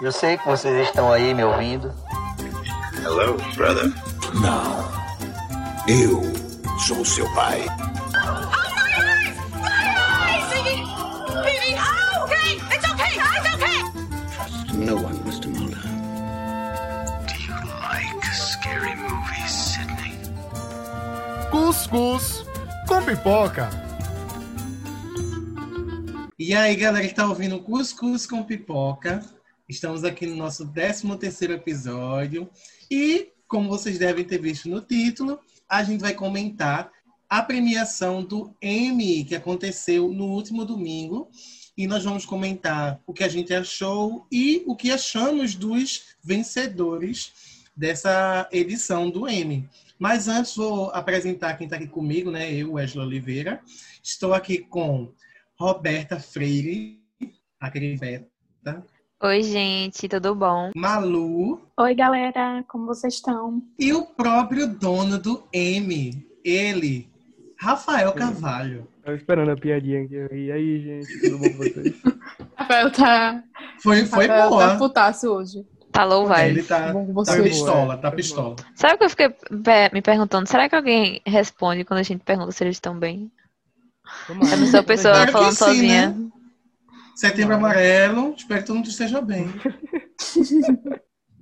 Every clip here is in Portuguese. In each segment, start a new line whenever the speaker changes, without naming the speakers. Eu sei que vocês estão aí me ouvindo.
Hello, brother.
Não. Eu sou seu pai.
No one, Mr. Mulder.
Do you like scary movies, Sydney?
Cuscuz com pipoca.
E aí, galera que tá ouvindo o Cuscuz com Pipoca, estamos aqui no nosso 13º episódio e, como vocês devem ter visto no título, a gente vai comentar a premiação do Emmy que aconteceu no último domingo e nós vamos comentar o que a gente achou e o que achamos dos vencedores dessa edição do Emmy. Mas antes vou apresentar quem está aqui comigo, né? Eu, Wesley Oliveira. Estou aqui com Roberta Freire, aquele Beta,
Oi, gente, tudo bom?
Malu
Oi, galera, como vocês estão?
e o próprio dono do M, ele, Rafael Carvalho.
Tava esperando a piadinha aqui. E aí, gente, tudo bom com vocês?
Rafael tá,
Foi, foi
Rafael tá
boa.
putaço hoje.
Tá low
Ele
vibe.
tá,
Bom,
tá
você.
pistola, tá
Foi
pistola.
Sabe o que eu fiquei pe- me perguntando? Será que alguém responde quando a gente pergunta se eles estão bem?
Tomara.
A pessoa, a pessoa
Claro que
falando
sim, né?
sozinha.
Setembro Amarelo, espero que todo mundo esteja bem.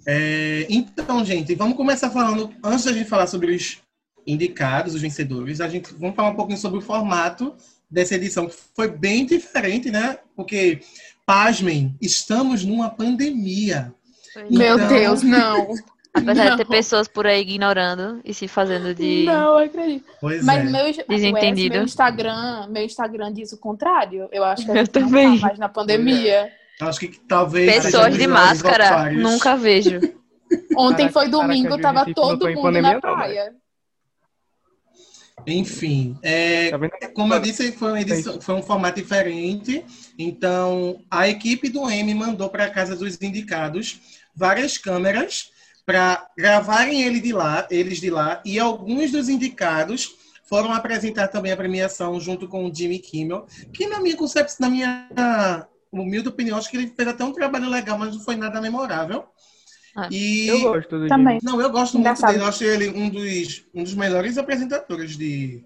É, então, gente, vamos começar falando, antes da gente falar sobre os indicados, os vencedores, a gente vamos falar um pouquinho sobre o formato dessa edição, que foi bem diferente, né? Porque, pasmem, estamos numa pandemia.
Meu
Então-
Deus, não.
Apesar de ter
Não.
pessoas por aí ignorando e se fazendo de.
Não, eu acredito.
Pois
Mas
é.
meu,
Desentendido.
meu Instagram, meu Instagram diz o contrário. Eu acho que a
Eu
gente não
também.
tá mais na pandemia.
Acho que talvez.
Pessoas de
sejam
máscara,
vários.
nunca vejo.
Ontem
Caraca,
foi domingo,
caraca,
tava
Recife não
todo
tô em
mundo
pandemia,
na
não,
praia.
Enfim, é,
Tá vendo?
como eu disse, foi, uma edição- foi um formato diferente. Então, a equipe do M mandou para a casa dos indicados várias câmeras para gravarem ele de lá, eles de lá, e alguns dos indicados foram apresentar também a premiação junto com o Jimmy Kimmel, que na minha concepção, na minha humilde opinião, acho que ele fez até um trabalho legal, mas não foi nada memorável.
Ah,
e
Eu gosto do
Também.
não, eu gosto
Engraçado.
muito dele. Eu acho ele um dos, um dos melhores apresentadores de,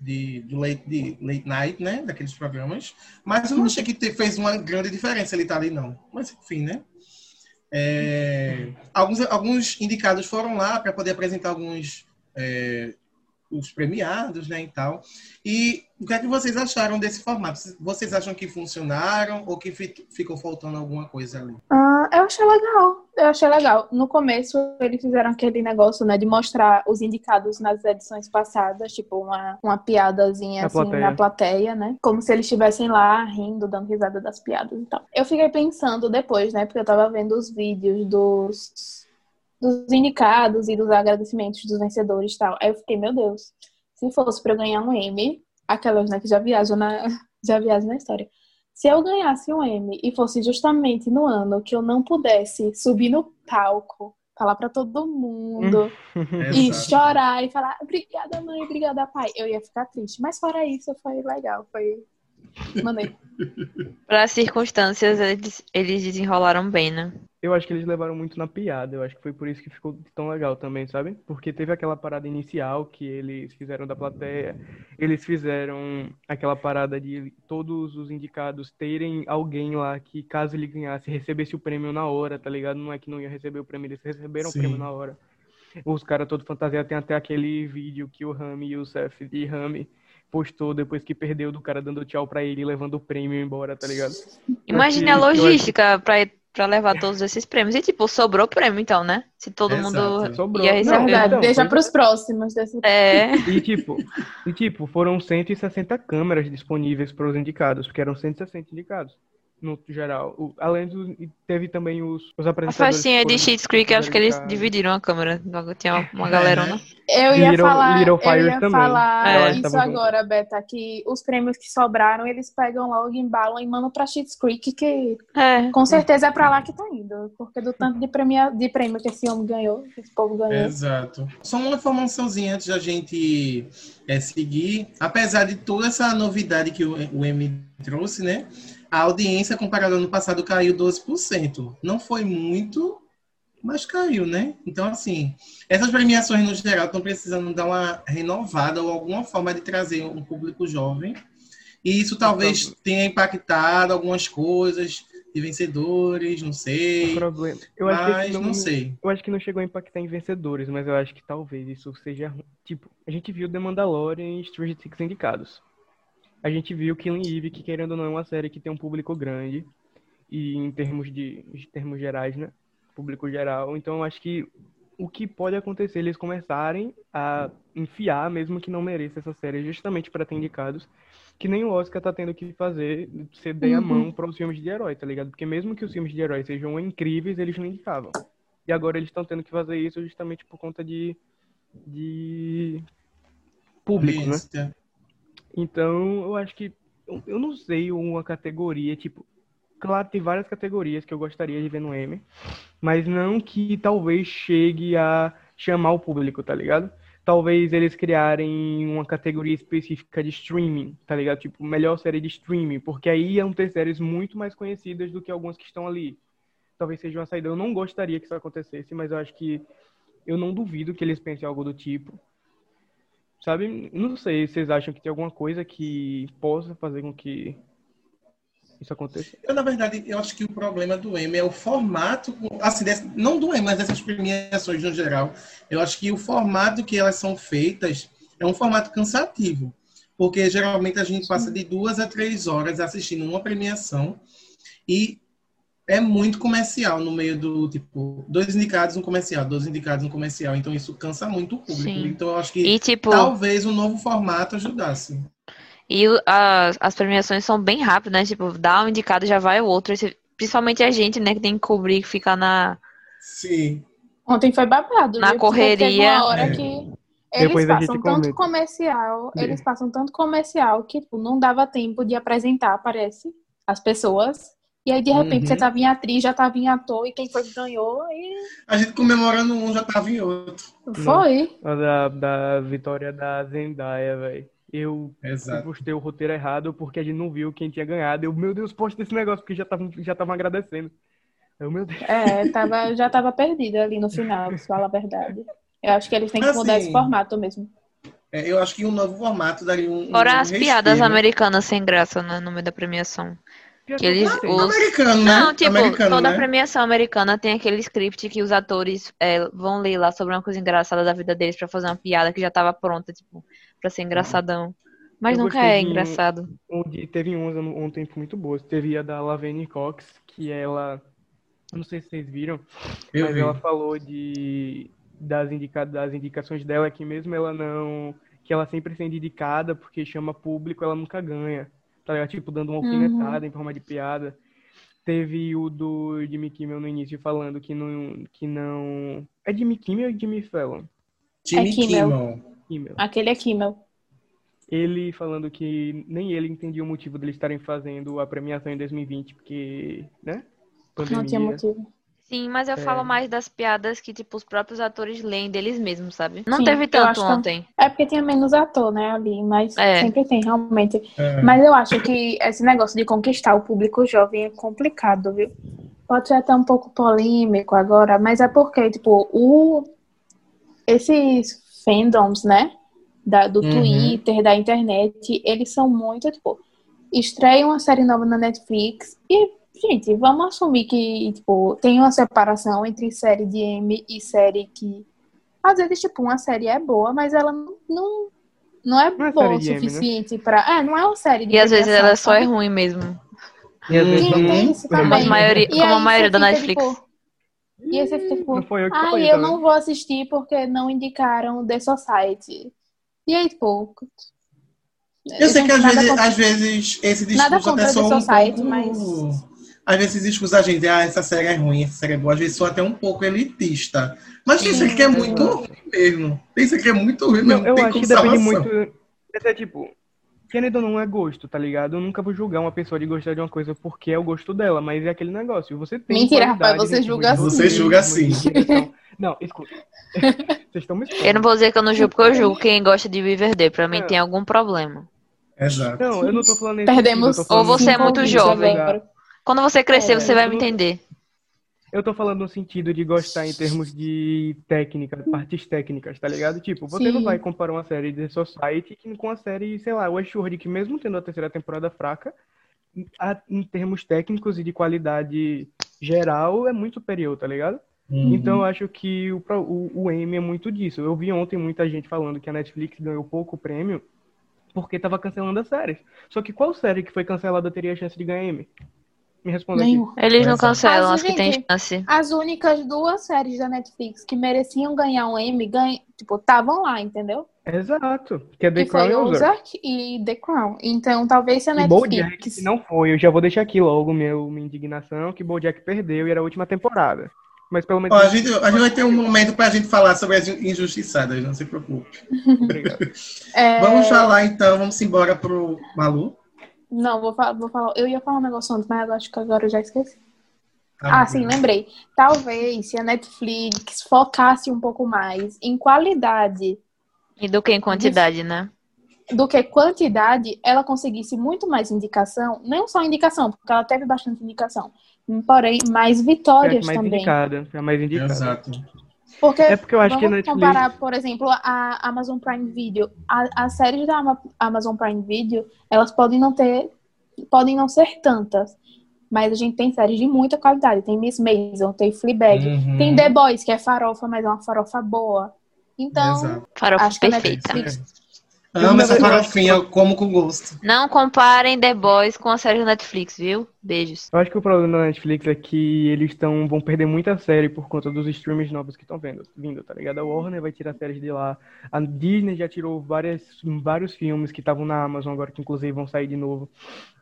de, do late, de late Night, né? Daqueles programas. Mas eu não achei que te- fez uma grande diferença ele estar ali, não. Mas enfim, né? É, alguns, alguns indicados foram lá para poder apresentar alguns é, os premiados, né? E tal. E o que é que vocês acharam desse formato? Vocês acham que funcionaram ou que fi- ficou faltando alguma coisa ali?
Ah, eu achei legal. Eu achei legal. No começo, eles fizeram aquele negócio, né, de mostrar os indicados nas edições passadas, tipo uma, uma piadazinha
Na
assim
plateia.
na plateia, né? Como se eles estivessem lá rindo, dando risada das piadas e tal. Eu fiquei pensando depois, né, porque eu tava vendo os vídeos dos, dos indicados e dos agradecimentos dos vencedores e tal. Aí eu fiquei, meu Deus, se fosse pra eu ganhar um M, aquelas, né, que já viajam na, já viajam na história. Se eu ganhasse um M e fosse justamente no ano que eu não pudesse subir no palco, falar pra todo mundo
Hum,
e
Exato.
chorar e falar obrigada mãe, obrigada pai, eu ia ficar triste. Mas fora isso, foi legal, foi maneiro.
Para circunstâncias, eles, eles desenrolaram bem, né?
Eu acho que eles levaram muito na piada. Eu acho que foi por isso que ficou tão legal também, sabe? Porque teve aquela parada inicial que eles fizeram da plateia. Eles fizeram aquela parada de todos os indicados terem alguém lá que, caso ele ganhasse, recebesse o prêmio na hora, tá ligado? Não é que não ia receber o prêmio, eles receberam
Sim.
o prêmio na hora. Os caras todo fantasiados. Tem até aquele vídeo que o Rami e o Seth e Rami postou depois que perdeu do cara dando tchau pra ele e levando o prêmio embora, tá ligado?
Imagine a
Eu acho-
logística pra, pra levar todos esses prêmios. E, tipo, sobrou prêmio, então, né? Se todo mundo.
Exato.
Sobrou.
E aí,
Não,
sabe-
é Verdade,
então,
deixa
foi-
pros próximos desse
É.
E tipo, e tipo, foram 160 câmeras disponíveis para os indicados, porque eram 160 indicados no geral. O- além do teve também os, os
A
apresentadores. que
festinha de
foram-
Sheets Creek, acho que eles
fizeram de casa.
dividiram a câmera. Logo tinha
É,
uma- uma
né?
galerona.
Eu ia
Little-
falar,
Little Fires
eu ia
também.
É,
falar
elas
isso
estavam juntas.
agora, Beta, que os prêmios que sobraram, eles pegam logo, embalam e mandam pra Sheets Creek, que
É.
Com certeza é pra lá que tá indo, porque do tanto de, premia, de prêmio que esse homem ganhou, que esse povo ganhou.
Exato. Só uma informaçãozinha antes da gente é, seguir. Apesar de toda essa novidade que o, o M trouxe, né? A audiência comparada ao ano passado caiu 12%. Não foi muito, mas caiu, né? Então, assim, essas premiações no geral estão precisando dar uma renovada ou alguma forma de trazer um público jovem. E isso talvez
Então-
tenha impactado algumas coisas de vencedores, não sei.
problema. Eu acho que um
Mas
esse
não,
não-
sei.
Eu acho que não chegou a impactar em vencedores, mas eu acho que talvez isso seja ruim. Tipo, a gente viu The Mandalorian e Stranger Things indicados. A gente viu Killing Eve, que querendo ou não é uma série que tem um público grande. E em termos de em termos gerais, né? Público geral. Então eu acho que o que pode acontecer é eles começarem a enfiar, mesmo que não mereça essa série, justamente para ter indicados. Que nem o Oscar tá tendo que fazer, ceder a mão para os filmes de herói, tá ligado? Porque mesmo que os filmes de herói sejam incríveis, eles não indicavam. E agora eles estão tendo que fazer isso justamente por conta de. de. público, né?
Audiência.
Então, eu acho que. Eu, eu não sei uma categoria, tipo. Claro, tem várias categorias que eu gostaria de ver no M, mas não que talvez chegue a chamar o público, tá ligado? Talvez eles criarem uma categoria específica de streaming, tá ligado? Tipo, melhor série de streaming, porque aí iam ter séries muito mais conhecidas do que algumas que estão ali talvez seja uma saída. Eu não gostaria que isso acontecesse, mas eu acho que eu não duvido que eles pensem algo do tipo. Sabe? Não sei, vocês acham que tem alguma coisa que possa fazer com que isso aconteça?
Eu, na verdade, eu acho que o problema do Emmy é o formato, assim, desse- não do Emmy, mas dessas premiações no geral. Eu acho que o formato que elas são feitas é um formato cansativo, porque geralmente a gente passa de duas a três horas assistindo uma premiação e é muito comercial no meio do, tipo, dois indicados, um comercial, dois indicados, um comercial. Então, isso cansa muito o público.
Sim.
Então, eu acho que
E tipo,
talvez o novo formato ajudasse.
e o- as, as premiações são bem rápidas, né? Tipo, dá um indicado, já vai o outro. Esse- principalmente a gente, né, que tem que cobrir, que fica na.
Sim.
Ontem foi babado.
Na
viu? Porque Teve
correria.
uma hora
É.
que
Depois
eles
a gente
passam tanto
comenta.
comercial,
É.
eles passam tanto comercial que tipo, não dava tempo de apresentar, parece, as pessoas. E aí, de repente,
Uhum.
você tava em atriz, já tava em ator, e quem foi que ganhou, e
A gente comemorando um, já tava em outro.
foi.
A da, da vitória da Zendaya, velho. Eu
Exato.
postei o roteiro errado porque a gente não viu quem tinha ganhado. Eu, meu Deus, posta esse negócio, porque já estavam já tavam agradecendo. Eu, meu Deus.
É, tava, já tava perdida ali no final, pra falar a verdade. Eu acho que eles têm que
Assim.
mudar esse formato mesmo.
É, eu acho que um novo formato daria um. um
Fora as
respiro.
piadas americanas sem graça né, no meio da premiação.
Pior
Que eles,
eu não sei.
os,
Americano, né?
Não, tipo,
Americano,
toda
né?
premiação americana tem aquele script que os atores é, vão ler lá sobre uma coisa engraçada da vida deles pra fazer uma piada que já tava pronta, tipo, pra ser engraçadão. Mas
Eu
nunca
gostei
é
de um-
engraçado.
onde teve umas ano- ontem muito boas. Teve a da Laverne Cox, que ela. eu Não sei se vocês viram,
Eu
mas
vi.
ela falou de das, indica, das indicações dela que mesmo ela não. que ela sempre sendo indicada porque chama público, ela nunca ganha. Tá ligado? Tipo, dando uma
Uhum.
alfinetada em forma de piada. Teve o do Jimmy Kimmel no início falando que não. Que não... É Jimmy Kimmel ou Jimmy Fallon?
Jimmy
É Kimmel.
Kimmel.
Kimmel.
Aquele aqui, meu.
Ele falando que nem ele entendia o motivo deles estarem fazendo a premiação em 2020, porque, né?
Não tinha motivo.
Sim, mas eu
É.
falo mais das piadas que, tipo, os próprios atores leem deles mesmos, sabe? Não
Sim,
teve
eu
tanto
acho que-
ontem.
É porque tinha menos ator, né, ali, mas
É.
sempre tem, realmente.
É.
Mas eu acho que esse negócio de conquistar o público jovem é complicado, viu? Pode ser até um pouco polêmico agora, mas é porque, tipo, o... esses fandoms, né? Da, do
Uhum.
Twitter, da internet, eles são muito, tipo, estreia uma série nova na Netflix e, gente, vamos assumir que, tipo, tem uma separação entre série de M e série que. Às vezes, tipo, uma série é boa, mas ela não, não, não é
Não é
boa
série
o
de M, né?
suficiente pra. É, não é uma série de
E às vezes
premiação,
ela só é
sabe?
ruim mesmo.
E às vezes
Sim,
não-
tem isso
Como
Como, as
também.
maioria,
E
como a
aí você
maioria da
fica,
Netflix.
tipo, e aí você fica tipo,
Não foi eu que
ah,
falei,
eu
tá
não
vendo?
vou assistir porque não indicaram The Society. E aí, tipo.
Eu sei que às
nada
vezes,
contra-
às vezes esse
Nada
discurso
contra
até
The
soa um
Society,
pouco...
mas-
Às vezes esse discurso da gente, ah, essa série é ruim, essa série é boa, às vezes soa até um pouco elitista. Mas tem
Sim,
série que é muito
exato.
ruim mesmo. Tem série que é muito ruim mesmo.
Não, eu
tem
acho
como
que depende
salvação.
muito. Até tipo, querendo ou não é gosto, tá ligado? Eu nunca vou julgar uma pessoa de gostar de uma coisa porque é o gosto dela, mas é aquele negócio. Você tem.
Mentira,
qualidade
rapaz, você
dentro
julga
do gosto.
assim. Você julga assim.
Então, Não, escuta. Vocês estão me
Eu não vou dizer que eu não julgo, porque eu julgo quem gosta de Riverdale. Pra mim
É.
tem algum problema.
Exato.
Não, eu não tô falando nem
Perdemos um né?
eu tô falando assim,
Ou você é
no
muito
sentido de
jovem.
gostar.
Quando você crescer,
É,
você vai me
eu-
entender.
Eu tô falando no sentido de gostar em termos de técnica, partes técnicas, tá ligado? Tipo, você não
Sim.
vai comparar uma série de Society com a série, sei lá, Westworld, que mesmo tendo a terceira temporada fraca, a- em termos técnicos e de qualidade geral, é muito superior, tá ligado?
Uhum.
Hum.
Então eu acho que o, pro- o, o Emmy é muito disso. Eu vi ontem muita gente falando que a Netflix ganhou pouco prêmio porque tava cancelando as séries. Só que qual série que foi cancelada teria a chance de ganhar Emmy? Me responda aqui.
Nenhum.
Eles não
Exato.
cancelam as
Mas,
que têm
gente,
chance.
As únicas duas séries da Netflix que mereciam ganhar um M, ganha, tipo, estavam lá, entendeu?
Exato. Que é The
que foi
Crown User.
Ozark e The Crown. Então, talvez se a
E BoJack
Netflix...
que não foi, eu já vou deixar aqui logo meu, minha indignação que BoJack perdeu e era a última temporada. Mas pelo menos
Ó, a, gente, a gente vai ter um momento pra gente falar sobre as injustiçadas, não se preocupe.
obrigado.
é,
Vamos falar então, vamos embora pro Malu.
Não, vou, fa- vou falar... Eu ia falar um negócio antes, mas eu acho que agora eu já esqueci.
Tá
tá,
Ah, sim, lembrei. Talvez se a Netflix focasse um pouco mais em qualidade
E do que em quantidade, né?
do que quantidade, ela conseguisse muito mais indicação, não só indicação, porque ela teve bastante indicação, porém mais
Foi a que
vitórias
é mais
também.
indicada, foi a mais indicada.
Exato.
Porque
É porque eu acho que a
vamos
Netflix
comparar, por exemplo, a Amazon Prime Video. A- As séries da Ama- Amazon Prime Video, elas podem não ter, podem não ser tantas, mas a gente tem séries de muita qualidade. Tem Miss Maisel, tem Fleabag,
Hum.
Uhum.
tem The Boys, que é farofa, mas é uma farofa boa. Então,
Exato.
Farofa
acho que a
perfeita.
Netflix
É.
Amo essa farofinha, eu como com gosto.
Não comparem The Boys com a série da Netflix, viu? Beijos.
Eu acho que o problema da Netflix é que eles tão, vão perder muita série por conta dos streams novos que estão vendo, vindo, tá ligado? A Warner vai tirar séries de lá. A Disney já tirou várias, vários filmes que estavam na Amazon agora, que inclusive vão sair de novo.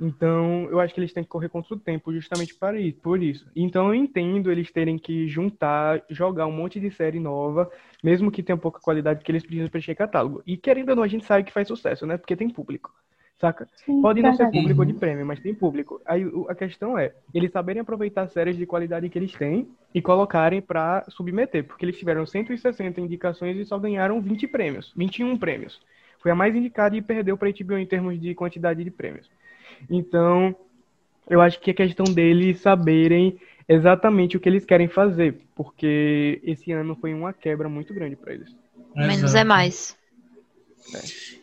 Então, eu acho que eles têm que correr contra o tempo justamente para isso, por isso. Então, eu entendo eles terem que juntar, jogar um monte de série nova, mesmo que tenha pouca qualidade, porque eles precisam preencher catálogo. E querendo ou não, a gente sabe que faz sucesso, né? Porque tem público, saca?
sim,
Pode não ser
verdade.
público
Uhum.
de prêmio, mas tem público. Aí o- a questão é, eles saberem aproveitar as séries de qualidade que eles têm e colocarem pra submeter, porque eles tiveram 160 indicações e só ganharam 20 prêmios, 21 prêmios. Foi a mais indicada e perdeu para HBO em termos de quantidade de prêmios. Então, eu acho que é questão deles saberem exatamente o que eles querem fazer, porque esse ano foi uma quebra muito grande para eles.
Menos
Exato.
é mais.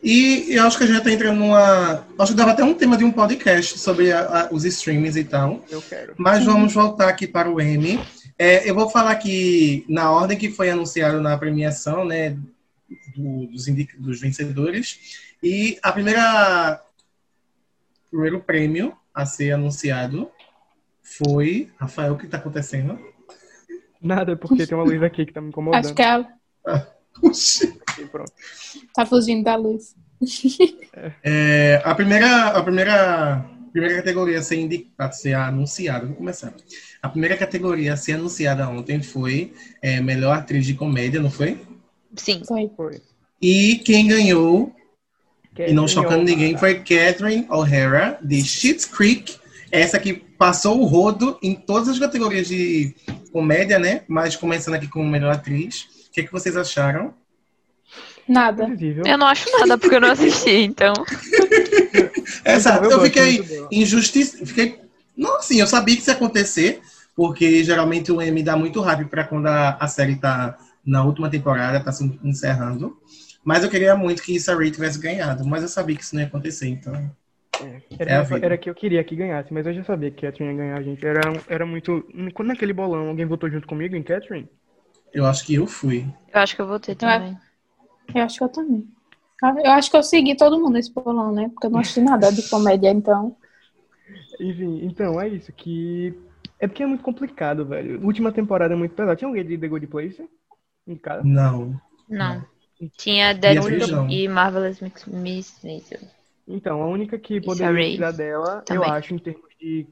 E eu acho que a gente tá entrando numa. Acho que dava até um tema de um podcast sobre a- a- os streamings e tal.
Eu quero.
Mas vamos voltar aqui para o M. É, eu vou falar que, na ordem que foi anunciado na premiação, né, do- dos, indi- dos vencedores, e a primeira. O primeiro prêmio a ser anunciado foi. Rafael, o que está acontecendo?
Nada, porque tem uma luz aqui que tá me incomodando.
Acho que ela
Oxi.
E pronto.
tá fugindo da luz.
É, a primeira, a primeira, primeira categoria a ser, indi- a ser anunciada, vou começar. A primeira categoria a ser anunciada ontem foi é, melhor atriz de comédia, não foi?
Sim.
Foi.
Foi.
E quem ganhou, e não
Quer-
chocando ninguém, foi Catherine O'Hara, de Schitt's Creek. Essa que passou o rodo em todas as categorias de comédia, né? Mas começando aqui com melhor atriz. O que, é que vocês acharam?
Nada.
Previsível.
Eu não acho nada porque eu não assisti, então.
Exato,
Eu
eu
gosto
fiquei
muito dela.
injustiça. Fiquei. Não, assim, eu sabia que isso ia acontecer, porque geralmente o M dá muito rápido para quando a, a série tá na última temporada, tá se encerrando. Mas eu queria muito que Issa Rae tivesse ganhado, mas eu sabia que isso não ia acontecer, então.
Era,
É a
era-
vida.
era que eu queria que ganhasse, mas eu já sabia que Catherine ia ganhar, gente. Era, um, era muito. Quando naquele bolão alguém votou junto comigo em Catherine?
Eu acho que eu fui.
Eu acho que eu vou ter
Não é.
também.
Eu acho que eu também. Eu acho que eu segui todo mundo nesse bolão, né? Porque eu não assisti nada de comédia, então.
Enfim, então é isso. Que. É porque é muito complicado, velho. Última temporada é muito pesada. Tinha alguém de The Good Place? Em casa?
Não.
Não. Tinha Deadpool
Feijão.
e Marvelous Mix- Miss Maisel.
Então, a única que
Issa
poderia
Rae
tirar dela, eu
é também.
acho, em termos de.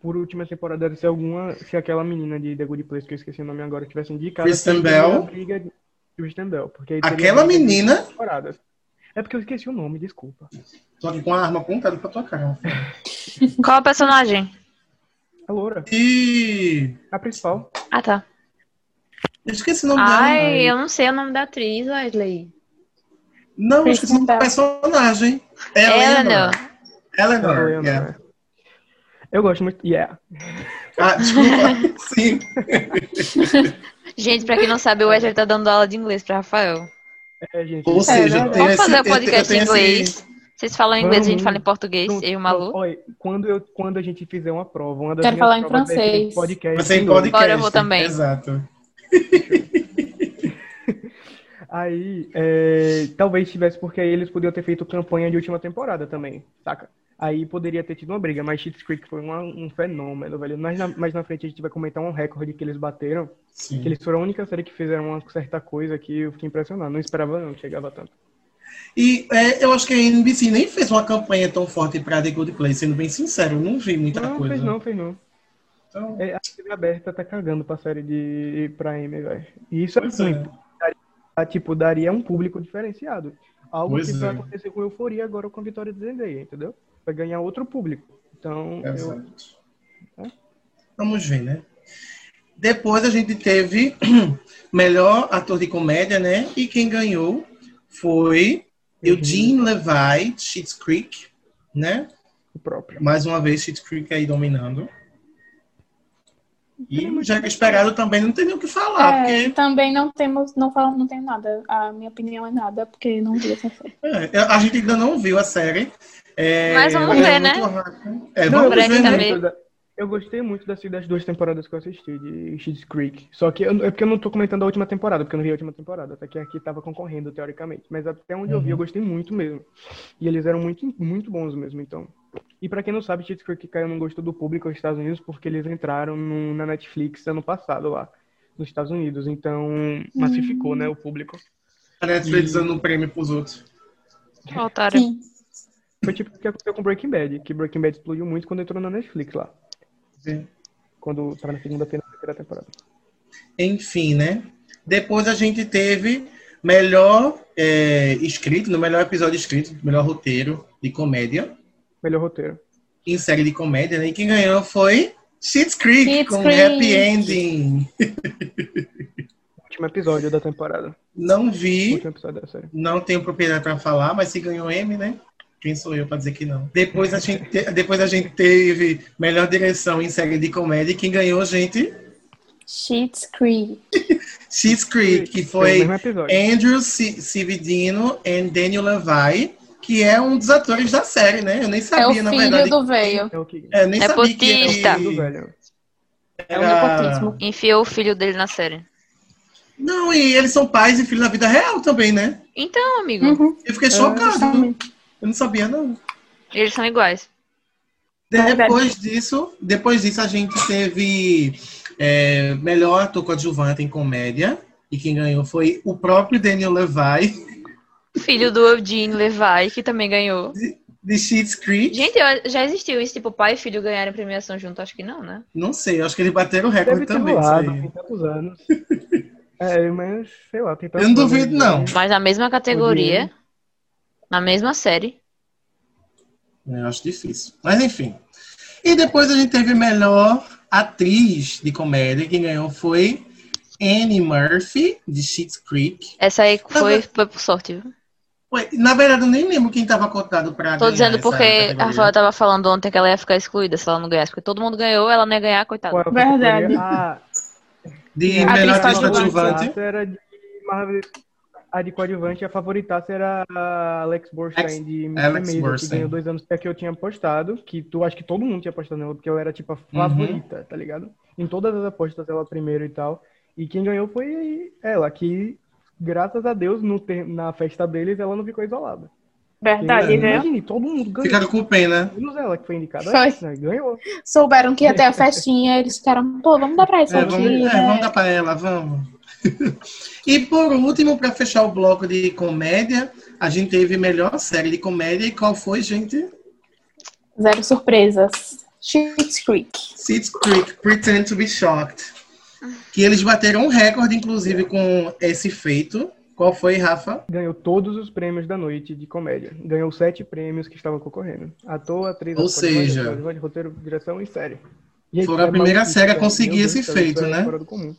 Por última temporada, era se alguma. Se aquela menina de The Good Place, que eu esqueci o nome agora, tivesse indicada.
Kristen
teria
Bell.
briga de- Kristen Bell. Porque aí teria
Aquela
briga de
menina,
temporadas. É porque eu esqueci o nome, desculpa.
tô aqui com a arma apontada pra tua cara.
Qual a personagem?
A É loura.
E.
A principal.
Ah, tá.
Eu esqueci o nome dela.
Ai, eu não sei o nome da atriz, Wesley.
Não, esqueci o nome do personagem. Eleanor. Eleanor.
Eleanor.
yeah.
né? Eu gosto muito. Yeah.
Ah, desculpa. Sim.
Gente, pra quem não sabe, o
É.
Wesley tá dando aula de inglês pra Rafael.
É, gente.
Ou seja, eu
verdade.
tenho
Vamos
esse,
fazer o
eu tenho- eu
podcast em
tenho esse-
inglês. Vocês falam inglês, a gente
Vamos.
fala em português,
Pronto,
eu e o
pronto.
Malu.
Olha, quando, eu, quando a gente fizer uma prova, uma das
Quero
minhas
falar em
provas vai ser
francês.
podcast
Você
de
em
novo.
podcast.
Agora eu vou também.
Exato.
Aí, é, talvez tivesse, porque aí eles podiam ter feito campanha de última temporada também, saca? Aí poderia ter tido uma briga, mas Cheats Creek foi uma- um fenômeno, velho. Mas na, mas na frente a gente vai comentar um recorde que eles bateram, que
Sim.
eles foram a única série que fizeram uma certa coisa que eu fiquei impressionado. Não esperava não, que chegava tanto.
E é, eu acho que a NBC nem fez uma campanha tão forte pra The Good Place, sendo bem sincero, eu não vi muita
Não,
coisa. né?
fez não, fez não.
Então,
É, a TV aberta tá cagando pra série de pra M, velho. E isso é
pois
ruim,
é.
tá? tipo, daria um público diferenciado. Algo
Pois
que vai
é.
acontecer com euforia agora com a vitória do Zendaya, entendeu? Vai ganhar outro público. Então, eu,
Exato. é, Vamos ver, né? Depois a gente teve melhor ator de comédia, né? E quem ganhou foi Eugene
Uhum.
Levy, Schitt's Creek, né?
o próprio.
Mais uma vez, Schitt's Creek aí dominando. E já que esperaram também, não tem nem o que falar,
É,
Ah, porque
Também não temos, não falo, não tenho nada. A minha opinião é nada, porque não vi essa série.
é, a gente ainda não viu a série. É,
Mas vamos
é
ver,
muito
né?
rápido. É,
Não, eu
vamos
Breve
ver, né?
também.
muito da- eu gostei muito das, das duas temporadas que eu assisti de Schitt's Creek. Só que eu- é porque eu não tô comentando a última temporada, porque eu não vi a última temporada. Até que aqui tava concorrendo, teoricamente. Mas até onde eu vi, eu gostei muito mesmo. E eles eram muito, muito bons mesmo, então. E pra quem não sabe, Schitt's Creek caiu no gosto do público nos Estados Unidos porque eles entraram no- na Netflix ano passado lá, nos Estados Unidos. Então, massificou, né, o público.
A Netflix dando um prêmio pros outros.
Voltaram.
Sim.
Foi tipo o que aconteceu com Breaking Bad, que Breaking Bad explodiu muito quando entrou na Netflix lá.
Sim.
Quando tava na segunda-feira da primeira temporada.
Enfim, né? Depois a gente teve melhor é, escrito, no melhor episódio escrito, melhor roteiro de comédia,
Melhor roteiro.
em série de comédia, né? E quem ganhou foi Schitt's Creek,
Schitt's
com
Creek.
Happy Ending.
Último episódio da temporada.
Não vi,
Último episódio da série.
não tenho propriedade para falar, mas se ganhou M, né? Quem sou eu para dizer que não? Depois a, gente te- depois a gente teve melhor direção em série de comédia, e quem ganhou, gente?
Sheets Creek.
Schitt's Creek, que
É o
foi
mesmo episódio.
Andrew C- Cividino e Daniel Levy, que é um dos atores da série, né? Eu nem
É o
sabia, na
filho
verdade.
do veio.
É o que.
É, eu nem
É
sabia que
potista.
Do
ele
velho.
É o
era...
nepotismo.
Enfiou o filho dele na série.
Não, e eles são pais e filhos na vida real também, né?
Então, amigo,
Uhum,
Eu fiquei chocado.
justamente.
Eu não sabia, não.
eles são iguais. Tá
verdade.
Depois disso, depois disso a gente teve é, melhor ator coadjuvante em comédia. E quem ganhou foi o próprio Daniel Levy,
Filho do Eugene Levi, que também ganhou.
de Schitt's Creek.
Gente, eu- já existiu isso, tipo, pai e filho ganharem premiação junto? Acho que não, né?
Não sei, eu acho que eles bateram o recorde
Deve ter
também. É, isso
rolado,
aí.
tem tantos anos. É, mas sei lá, tem tantos né?
Eu não duvido, não.
Mas na mesma categoria, na mesma série.
É, Eu acho difícil. Mas enfim. E depois a gente teve melhor atriz de comédia. Quem ganhou foi Annie Murphy, de Schitt's Creek.
Essa aí foi, foi por sorte. viu?
Ué, Na verdade, eu nem lembro quem estava cotado pra.
Tô
ganhar
dizendo
essa
porque a
categoria.
Rafael tava falando ontem que ela ia ficar excluída se ela não ganhasse. Porque todo mundo ganhou, ela não ia ganhar, coitada.
Qual é a
Verdade.
categoria? Ah,
De
A
melhor
atriz
atriz
coadjuvante.
coadjuvante.
favoritaça era de Marvel. A de coadjuvante, a favoritaça era a Alex Borstein de Mr.
Alex
Maisel, que
Borstein.
ganhou dois anos, é que eu tinha apostado, que tu acho que todo mundo tinha apostado nela, porque ela era tipo a favorita, tá ligado? Em todas as apostas ela primeiro e tal. E quem ganhou foi ela, que graças a Deus no ter- na festa deles ela não ficou isolada.
Verdade,
Quem-
É.
viu?
Imagine, todo mundo ganhou,
Ficaram com pena.
menos ela que foi indicada.
Foi.
né? Ganhou.
Souberam que ia ter a festinha, eles ficaram, pô, vamos dar pra isso
É, vamos,
aqui,
é,
né?
vamos dar pra ela, vamos. e por último, pra fechar o bloco de comédia, a gente teve melhor série de comédia. E qual foi, gente?
Zero surpresas. Sheets Creek.
Schitt's Creek, Pretend to be Shocked. Que eles bateram um recorde, inclusive, com esse feito. Qual foi, Rafa?
Ganhou todos os prêmios da noite de comédia. Ganhou sete prêmios que estavam concorrendo. Ator, atriz,
Ou
ator, coadjuvante,
seja,
coadjuvante, roteiro, direção e série. é
foi a primeira série a conseguir esse feito, né?
Fora do comum.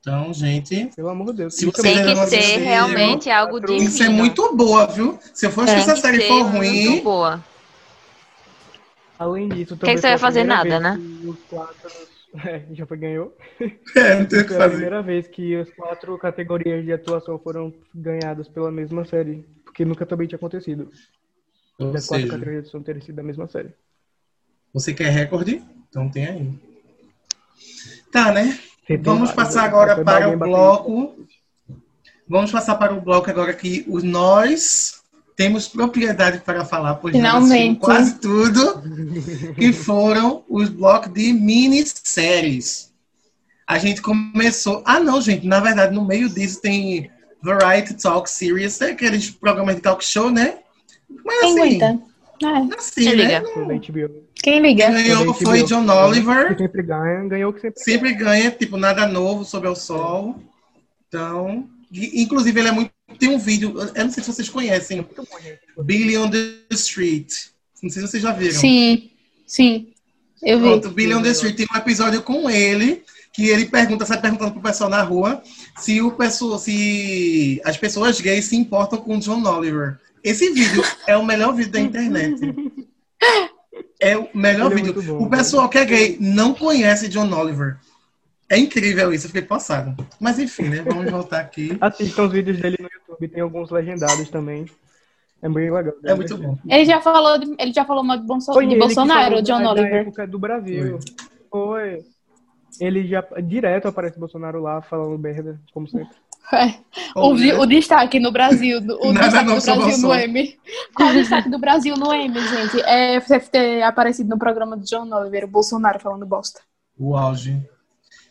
Então, gente,
Pelo amor de Deus. é
Se
E
você-
também-
Tem que
Agora
ser
você-
realmente
Tem
algo divino.
tem que ser é muito boa, viu? Se eu for achar
Tem
essa
que
série
ser
for
muito
ruim,
boa.
Além disso,
que
também
você
foi
vai
a
fazer?
primeira
Nada,
vez que os quatro- É, já foi ganhou.
é, não tem o que
Foi a
fazer.
primeira vez que as quatro categorias de atuação foram ganhadas pela mesma série. Porque nunca também tinha acontecido.
Ou
As quatro
seja,
categorias de atuação terem sido da mesma série.
você quer recorde? Então tem aí. Tá, né?
Tem
Vamos
vários,
passar
né?
agora
Foi
para o
alguém bater-
bloco. Vamos passar para o bloco agora que o- nós temos propriedade para falar, pois nós assistimos
Finalmente.
quase tudo, que foram os blocos de minisséries. A gente começou. Ah, não, gente, na verdade, no meio disso tem Variety Talk Series, né? aqueles programas de talk show, né? Mas
Quem
assim,
aguenta? É.
assim
Quem
né?
liga?
Foi da HBO.
Quem liga?
Quem Ganhou
Foi da
foi
HBO.
John Oliver.
Que sempre ganha, ganhou o que sempre
sempre ganha, tipo, nada novo sobre o sol. Então, e, inclusive ele é muito tem um vídeo, eu não sei se vocês conhecem, Billy on the Street. Não sei se vocês já viram.
Sim, sim. Eu vi.
Pronto, Billy on the Street tem um episódio com ele que ele pergunta, sai perguntando pro pessoal na rua se o pessoal, se as pessoas gays se importam com John Oliver. Esse vídeo é o melhor vídeo da internet. É o melhor
Ele é
vídeo.
muito bom,
o pessoal que é gay não conhece John Oliver. É incrível isso, eu fiquei passado. Mas enfim, né? Vamos voltar aqui.
Assistam os Assim, vídeos dele no YouTube, tem alguns legendados também. É bem legal.
É muito bom.
Ele já falou, de- ele já falou mal de, Bolso-
Foi
de
ele que
Bolsonaro,
falou
o John
É,
da- da
Oliver.
época do Brasil. Foi. Ele já direto aparece Bolsonaro lá falando merda, como sempre.
O, vi- o destaque no Brasil, do- o
Nada
destaque
não,
do
só
Brasil no
Bolsonaro.
M. Qual o destaque do Brasil no M, gente? É você ter aparecido no programa do John Oliver, o Bolsonaro falando bosta.
O auge.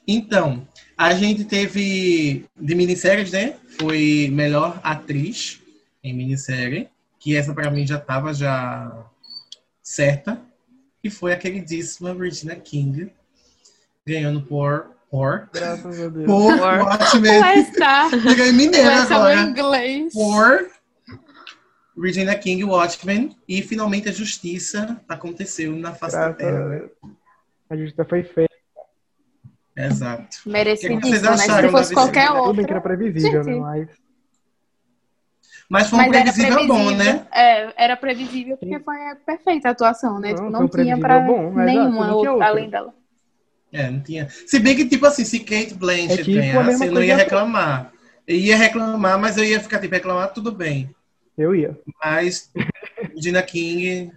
Então, a gente teve de minisséries, né? Foi melhor atriz em minissérie, que essa pra mim já tava já certa, e foi a queridíssima Regina King ganhando por por
Graças a Deus.
por
Por.
Watchmen.
Vai estar
Cheguei mineira
começa o
É, agora.
é inglês.
Por Regina King Watchmen e finalmente a justiça aconteceu na face da
Graças
terra.
a Deus. A justiça foi feia.
Exato.
Merecidíssimo, né? Se
acharam
não fosse
da
qualquer
visita?
Tudo bem que era
outra.
previsível, né?
Gente.
Mas
Mas foi um
Mas era
previsível,
previsível.
bom, né?
É, era previsível porque foi a perfeita atuação, né?
Não,
Tipo,
foi
Não,
um
tinha
previsível
pra
bom, mas, ah,
nenhuma
não tinha
outra,
outra.
além dela.
É, não tinha. Se bem que, tipo assim, se Kate Blanchett
É tipo a
ganhasse,
mesma
eu não ia
coisa-
reclamar. Eu ia reclamar, mas eu ia ficar tipo, reclamar, tudo bem.
eu ia.
Mas Dina King.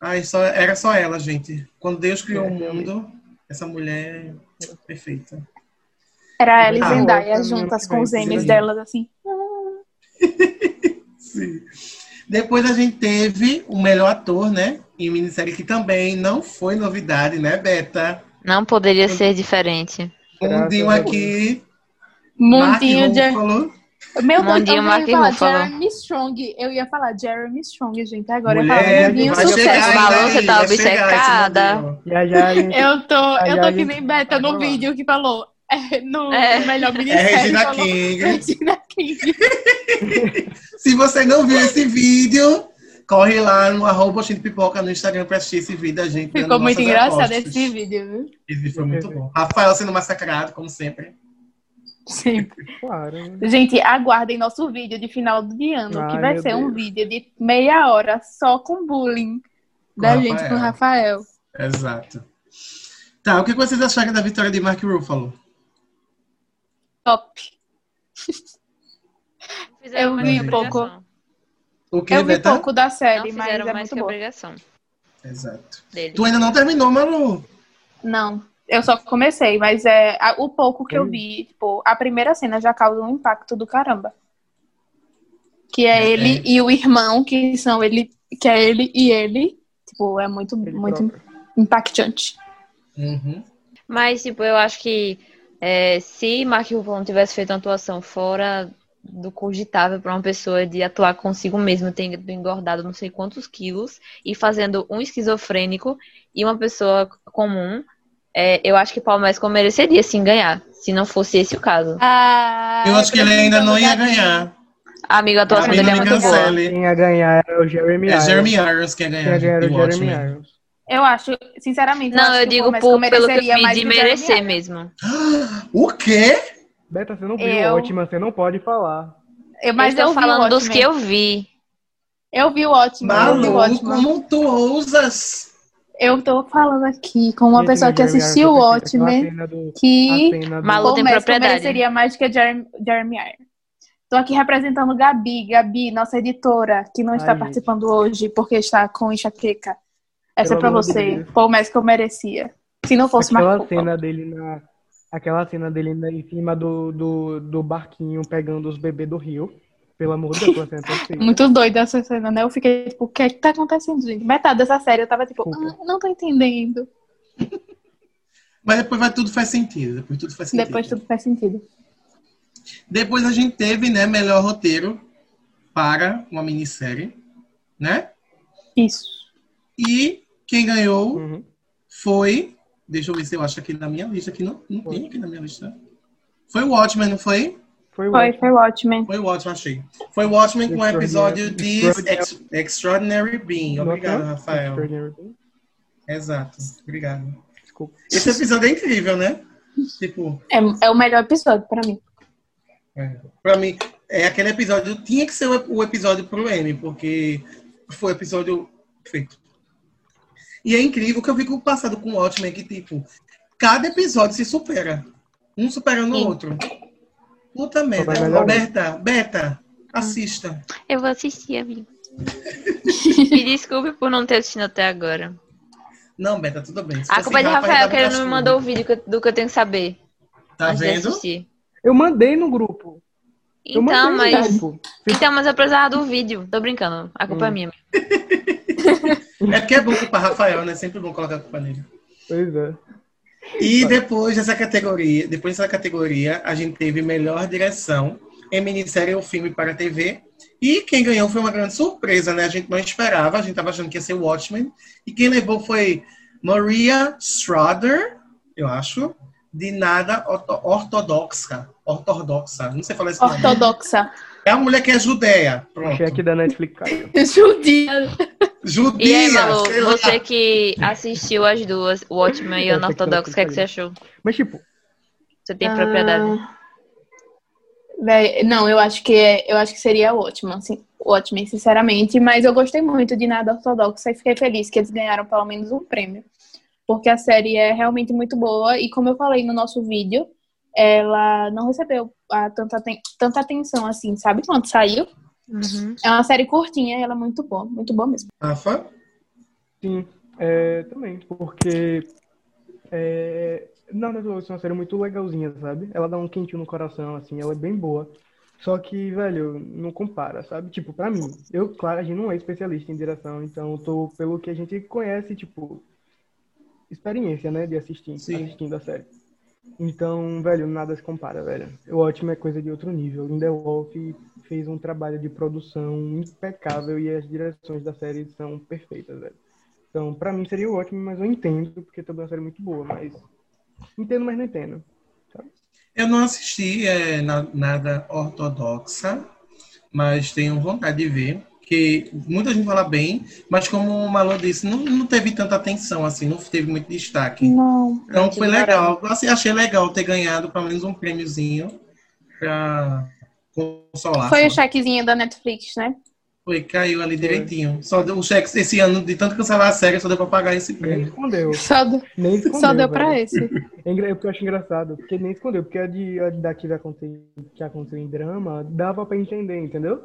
Ai, só, era só ela, gente. Quando Deus criou
É,
o mundo, essa mulher é perfeita.
Era ela e
Ah,
outra,
Zendaya
não,
juntas
que
com
vai
os M's
ser.
delas, assim.
Sim. Depois a gente teve o melhor ator, né? Em minissérie que também não foi novidade, né, Beta?
Não poderia ser diferente.
Mundinho
Graças a
aqui.
Mundinho
Mark
de...
Ruffalo.
Meu Deus,
Mundinho
eu ia
Mark
falar
Ruffalo.
Jeremy Strong. Eu ia falar Jeremy Strong, gente. Agora eu ia
Mulher,
falar Mundinho
vai chegar,
Sucesso.
hein,
Falou,
daí,
você tá
vai chegar esse
obcecada.
Mundinho.
E a Jaren-
Eu tô,
Ai,
eu tô
ai,
que nem
vai
Beta no
lá.
vídeo que falou. é, no
É.
no melhor
É
minissérie.
Regina
falou,
King.
Regina King.
Se você não viu esse vídeo, corre lá no arroba Oxente Pipoca no Instagram pra assistir esse vídeo da gente.
Ficou
dando
muito
nossas
engraçado
apostas.
esse vídeo, viu?
Esse vídeo foi muito bom. Rafael sendo massacrado, como sempre.
Sim.
Claro, né?
Gente, aguardem nosso vídeo de final de ano,
Ai,
que vai
meu
ser um
Deus.
vídeo de meia hora só com bullying
Com
da
o
gente com o Rafael.
Exato. Tá, o que vocês acharam da vitória de Mark Ruffalo?
Top. Eu vi
um
pouco.
O que,
eu vi
Beta?
pouco da
Não
série, mas
fizeram
é
mais que
muito
a
boa.
obrigação
Exato.
dele.
Tu ainda não terminou, Malu.
Não, eu só comecei, mas é a- o pouco que eu
Hum.
vi, tipo, a primeira cena já causa um impacto do caramba. Que é
É.
ele e o irmão, que são ele, que é ele e ele. Tipo, é muito,
Ele
muito
próprio.
impactante.
Uhum.
Mas, tipo, eu acho que é, se Mark Ruffalo não tivesse feito uma atuação fora do cogitável para uma pessoa de atuar consigo mesmo, tendo engordado não sei quantos quilos e fazendo um esquizofrênico e uma pessoa comum, é, eu acho que o Palmeiras mereceria sim ganhar, se não fosse esse o caso.
Ah,
eu acho que ele ainda não ia ganhar.
Amigo, a atuação
Também
dele
não
é
me
muito boa.
cancele.
Quem ia ganhar era o Jeremy
É
Irons.
Jeremy Irons né? que ia
Quem ia
ganhar.
ganhar
gente,
era
do
o Jeremy
Watchmen.
Irons.
Eu acho, sinceramente.
Não,
Então,
eu
acho que o
digo
Gomez
por, pelo que
mereceria
eu vi
mais
de
que o
merecer
Jeremiah.
mesmo.
O quê?
Beta, você não viu
Eu-
ótima, você não pode falar.
Eu,
Mas
mas
eu
eu
tô
vi
tá
um
falando
o
dos que
Watchmen.
eu vi.
Eu vi o ótimo. Eu vi o
Maluco,
ótimo.
como tu ousas?
Eu tô falando aqui com uma
Gente,
pessoa
no
que
Jeremy
assistiu o
Irons, aquela
Watchmen
cena do-
Ah,
a
que
cena do-
Malu- Malu tem
Gomez
propriedade. né?
mereceria mais que a Jeremy, Jeremy Irons. Tô aqui representando Gabi, Gabi, nossa editora, que não está
Ai, gente.
participando hoje porque está com enxaqueca. Essa
Pelo
é pra
amor de
você.
Deus.
Pô, mas que eu merecia. Se não fosse
aquela
Marco.
cena dele na aquela cena dele na- em cima do, do, do barquinho pegando os bebês do rio pelo amor de Deus aquela cena é perfeita.
Muito doida essa cena, né? Eu fiquei tipo, o que é que tá acontecendo, gente? Metade dessa série eu tava tipo,
Desculpa.
"Ah, não tô entendendo.
Mas depois vai tudo faz sentido. Depois tudo faz sentido.
Depois tudo faz sentido.
Depois a gente teve, né, melhor roteiro para uma minissérie, né?
Isso.
E quem ganhou
Uhum.
foi. Deixa eu ver se eu acho aqui na minha lista, que não, não tem aqui na minha lista. Foi o Watchmen, não foi?
foi o
Foi, foi ótimo.
Foi o Watchmen, achei. Foi o Watchmen com o episódio de
Extraordinary-
Ex- Extraordinary Being.
Nossa,
Obrigado, Rafael.
Extraordinary Being.
Exato, obrigado.
Desculpa.
Esse episódio é incrível, né? Tipo,
É, é o melhor episódio pra mim.
É. Pra mim, é aquele episódio. Tinha que ser o ep- o episódio pro M, porque foi o episódio feito. E é incrível que eu fico passado com o Watchmen, que, tipo, cada episódio se supera. Um superando o
Sim.
outro. Puta merda.
vai melhorando.
Beta, Beta, assista.
Eu vou assistir, amigo. Me desculpe por não ter assistido até agora.
Não, Beta, tudo bem. Se
A
fosse
culpa é de
Rafa,
Rafael,
ainda
que ele
tá
não me
achando.
mandou o vídeo que eu- do que eu tenho que saber.
Tá
antes de
vendo?
assistir.
eu mandei no grupo eu
Então,
mandei
mas.
no grupo.
Então, mas eu precisava do vídeo. Tô brincando. A culpa é minha.
É porque é bom culpar Rafael, né? Sempre bom colocar a culpa nele.
pois é
E depois dessa categoria, depois dessa categoria, a gente teve melhor direção em minissérie ou filme para TV. E quem ganhou foi uma grande surpresa, né? A gente não esperava, a gente estava achando que ia ser Watchmen. E quem levou foi Maria Schrader, eu acho, de nada orto- ortodoxa. Ortodoxa, não sei falar esse nome.
Ortodoxa.
É a mulher que é judeia,
o
pronto.
cheque da Netflix caiu
Judia.
Judia,
E aí, Malu,
sei lá.
você que assistiu as duas, o Watchmen e
Eu
o
achei que
Ortodox, o que, é que
era
você achou?
mas tipo
Você tem propriedade?
Ah, véi, não, eu acho que é- eu acho que seria ótimo, assim, ótimo, sinceramente, mas eu gostei muito de Nada Ortodoxa e fiquei feliz que eles ganharam pelo menos um prêmio. Porque a série é realmente muito boa e como eu falei no nosso vídeo, ela não recebeu ah, tanta, aten- tanta atenção assim, sabe? Quando saiu.
Uhum.
É uma série curtinha e ela é muito boa, muito boa mesmo.
Rafa?
Sim, é, também, porque é, não, não, é uma série muito legalzinha, sabe? Ela dá um quentinho no coração, assim, ela é bem boa. Só que, velho, não compara, sabe? Tipo, pra mim, eu, claro, a gente não é especialista em direção, então eu tô pelo que a gente conhece, tipo, experiência, né, de assistir,
Sim.
assistindo a série. Então, velho, nada se compara, velho. O ótimo é coisa de outro nível. Lindelof fez um trabalho de produção impecável e as direções da série são perfeitas, velho. Então, pra mim seria ótimo, mas eu entendo, porque também é uma série muito boa, mas. Entendo, mas não entendo.
Eu não assisti é, na- nada ortodoxa, mas tenho vontade de ver, porque muita gente fala bem, mas como o Malu disse, não, não teve tanta atenção, assim, não teve muito destaque.
Não.
então
que
foi
maravilha.
legal, assim, achei legal ter ganhado pelo menos um prêmiozinho pra consolar.
Foi o
só.
chequezinho da Netflix, né?
Foi, caiu ali direitinho. Só deu- o cheque esse ano, de tanto cancelar a série, só deu pra pagar esse
Nem
prêmio.
escondeu.
Só, do-
Nem escondeu.
só deu
velho.
pra esse.
É engra- é porque eu acho engraçado, porque nem escondeu, porque a, de, a da que vai acontecer, que aconteceu em drama, dava pra entender, entendeu?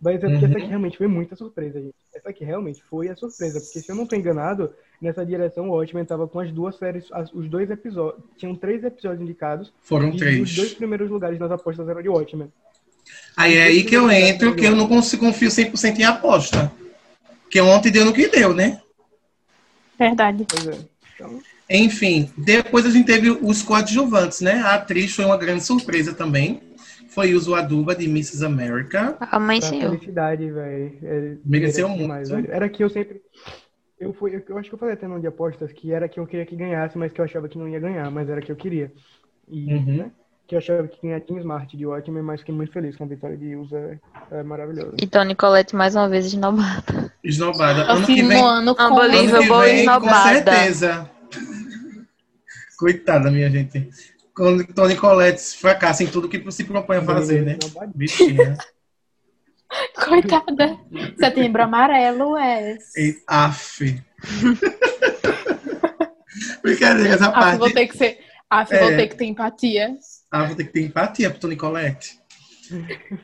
Mas é porque essa aqui realmente foi muita surpresa, gente. Essa aqui realmente foi a surpresa, porque se eu não tô enganado, nessa direção o Watchmen tava com as duas séries, as- os dois episódios, tinham três episódios indicados, e
Foram
os dois
três.
primeiros lugares nas apostas eram de Watchmen.
Aí é aí que eu entro, que eu não consigo, confio 100% em aposta. Porque ontem deu no que deu, né?
Verdade.
Pois é. Então,
Enfim, depois a gente teve os coadjuvantes, né? A atriz foi uma grande surpresa também. Foi Uso Aduba, de Mrs. America.
A Ah, mãe,
Pra
senhor.
felicidade, velho. É,
Mereceu
merece demais,
muito.
velho. Era que eu sempre. Eu, fui, eu, eu acho que eu falei até num de apostas que era que eu queria que ganhasse, mas que eu achava que não ia ganhar, mas era que eu queria. E,
Uhum.
né? que eu achava que tinha Tim Smart de Watchmen, mas fiquei muito feliz com a vitória de Usa. É maravilhosa.
E Tony Colette mais uma vez esnobada.
Esnobada.
Eu
Ano
fiz
que vem,
Assim, no ano com...
Unbelievable.
ano que
Boa
vem com
esnobada.
certeza. Coitada, minha gente. Quando Tony Colette fracassa em tudo que se propõe a fazer, né? Bichinha.
Coitada. Setembro amarelo, é.
E- Aff. Brincadeira, essa
Ah, vou
parte.
ter que ser... Ah, vou
É.
ter que ter empatia.
Ah, vou ter que ter empatia pro Tony Colette.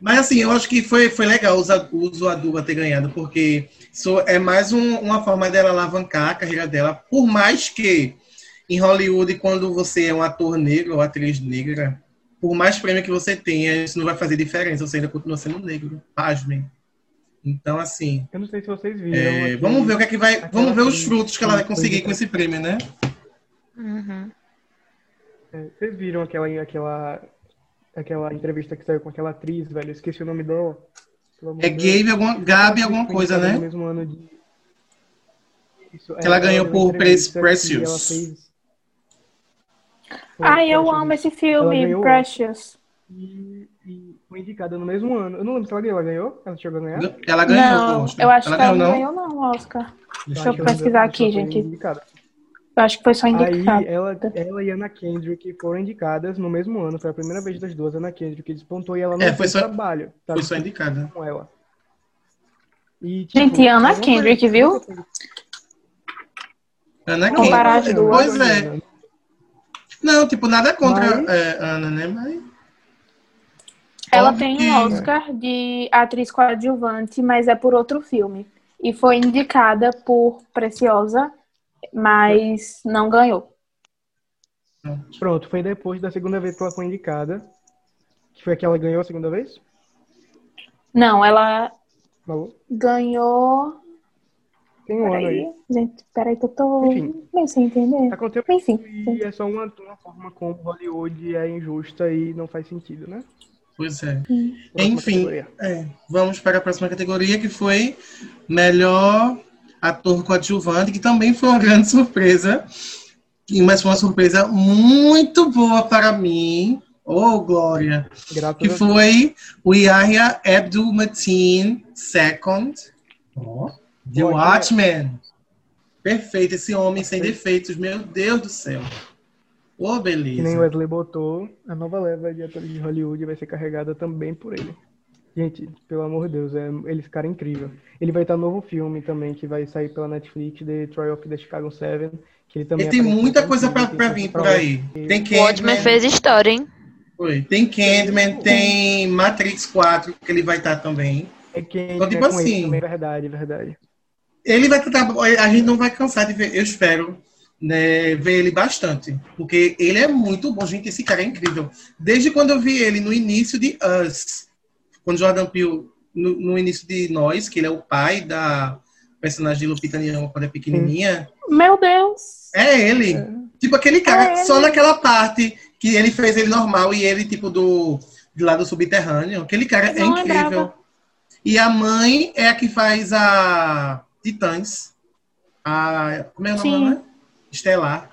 Mas assim, eu acho que foi, foi legal o uso a Duba ter ganhado, porque isso é mais um- uma forma dela alavancar a carreira dela, por mais que em Hollywood, quando você é um ator negro ou atriz negra, por mais prêmio que você tenha, isso não vai fazer diferença, você ainda continua sendo negro. Pasmem. Então, assim,
Eu não sei se vocês viram.
é,
aqui.
vamos ver o que é que vai. Vamos ver os
Aquela-
frutos que ela vai conseguir com esse prêmio, né?
Uhum.
É, Vocês viram aquela, aquela, aquela entrevista que saiu com aquela atriz, velho? Eu esqueci o nome dela. Pelo amor
É
de Deus.
Gabe, alguma, Gabi, alguma coisa,
No
né?
mesmo ano de- Isso,
Ela ganhou
deu
por
uma entrevista
Precious.
que ela fez- Foi
Ai, Ah, eu
Precious.
amo esse
Ela
filme,
ganhou.
Precious.
E, e foi indicada no mesmo ano. Eu não lembro se ela ganhou. Ela ganhou? Ela chegou a ganhar?
Ela ganhou.
não,
Oscar.
eu acho
ela
que ela
ganhou, não.
não ganhou, não, Oscar.
Deixa
eu pesquisar aqui, gente. Tá Eu acho que foi só
Aí
indicado.
ela, ela e Ana Kendrick foram indicadas no mesmo ano. Foi a primeira vez das duas, Ana Kendrick que despontou e ela não
É, foi
fez
só-
trabalho. Sabe?
Foi só indicada.
com ela. E, tipo,
Gente, Ana
eu não
Kendrick,
conheço-
viu?
Ana
Comparar
Kendrick.
as duas.
Pois é. Não, tipo, nada contra
Mas-
é, Ana, né? Mas.
Ela
Óbvio
tem
que-
um Oscar de atriz coadjuvante, mas é por outro filme. E foi indicada por Preciosa, mas não ganhou.
Pronto, foi depois da segunda vez que ela foi indicada. Que foi a que ela ganhou a segunda vez?
Não, ela
Falou?
ganhou.
Tem um ano
Peraí,
aí.
gente, peraí que eu tô
Enfim.
meio sem entender.
Aconteceu
Enfim,
e é só uma, uma forma como Hollywood é injusta e não faz sentido, né?
Pois é.
Próxima
Enfim.
categoria.
É, Vamos para a próxima categoria, que foi melhor ator coadjuvante, que também foi uma grande surpresa. E- Mas foi uma surpresa muito boa para mim. Oh, Glória!
Graças
que
a Deus.
foi o Yahya Abdul Mateen II. The
Boa,
Watchmen. Perfeito, esse homem sem
Perfeito.
defeitos, meu Deus do céu. Ô,
Que nem
beleza.
Wesley botou, a nova leva de atores de Hollywood vai ser carregada também por ele. Gente, pelo amor de Deus, é, ele, esse cara é incrível. Ele vai estar no novo filme também, que vai sair pela Netflix, The Trial of the Chicago 7. Que ele também
E tem
aparece
muita
no
coisa pra,
filme,
pra
tem
vir
pra-
por aí. Tem
O Watchmen
Candyman,
fez história, hein?
Oi, tem Candyman, tem Matrix 4, que ele vai estar também.
É quem
Então,
é
tipo
com
assim-
ele também, verdade, verdade.
Ele vai estar. A gente não vai cansar de ver, eu espero, né, ver ele bastante. Porque ele é muito bom, gente. Esse cara é incrível. Desde quando eu vi ele no início de Us, quando Jordan Peele, no, no início de Nós, que ele é o pai da personagem de Lupita Nyong'o quando é pequenininha,
meu Deus!
é ele. Tipo aquele cara,
É
só naquela parte que ele fez ele normal e ele, tipo, do, de lá do subterrâneo. Aquele cara é
Não
incrível.
lembrava.
E a mãe é a que faz a Titãs. A, como é o nome
Sim.
dela? Estelar.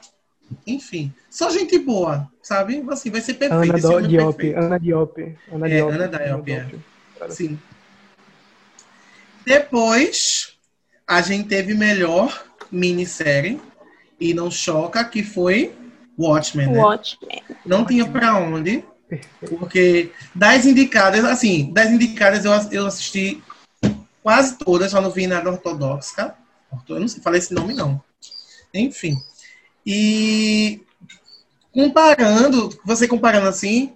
Enfim, só gente boa, sabe? Assim, vai ser perfeito.
Ana
esse
Do-
filme é
Diop,
perfeito.
Ana Diop, Ana
É,
Diop.
Ana Diop, é.
Diop.
Sim. Depois, a gente teve melhor minissérie, e não choca, que foi Watchmen, né?
Watchmen.
Não tinha pra onde, porque das indicadas, assim, das indicadas eu, as- eu assisti quase todas, só não vi nada ortodoxa. Orto- Eu não sei, falei esse nome não. Enfim. E comparando, você comparando assim,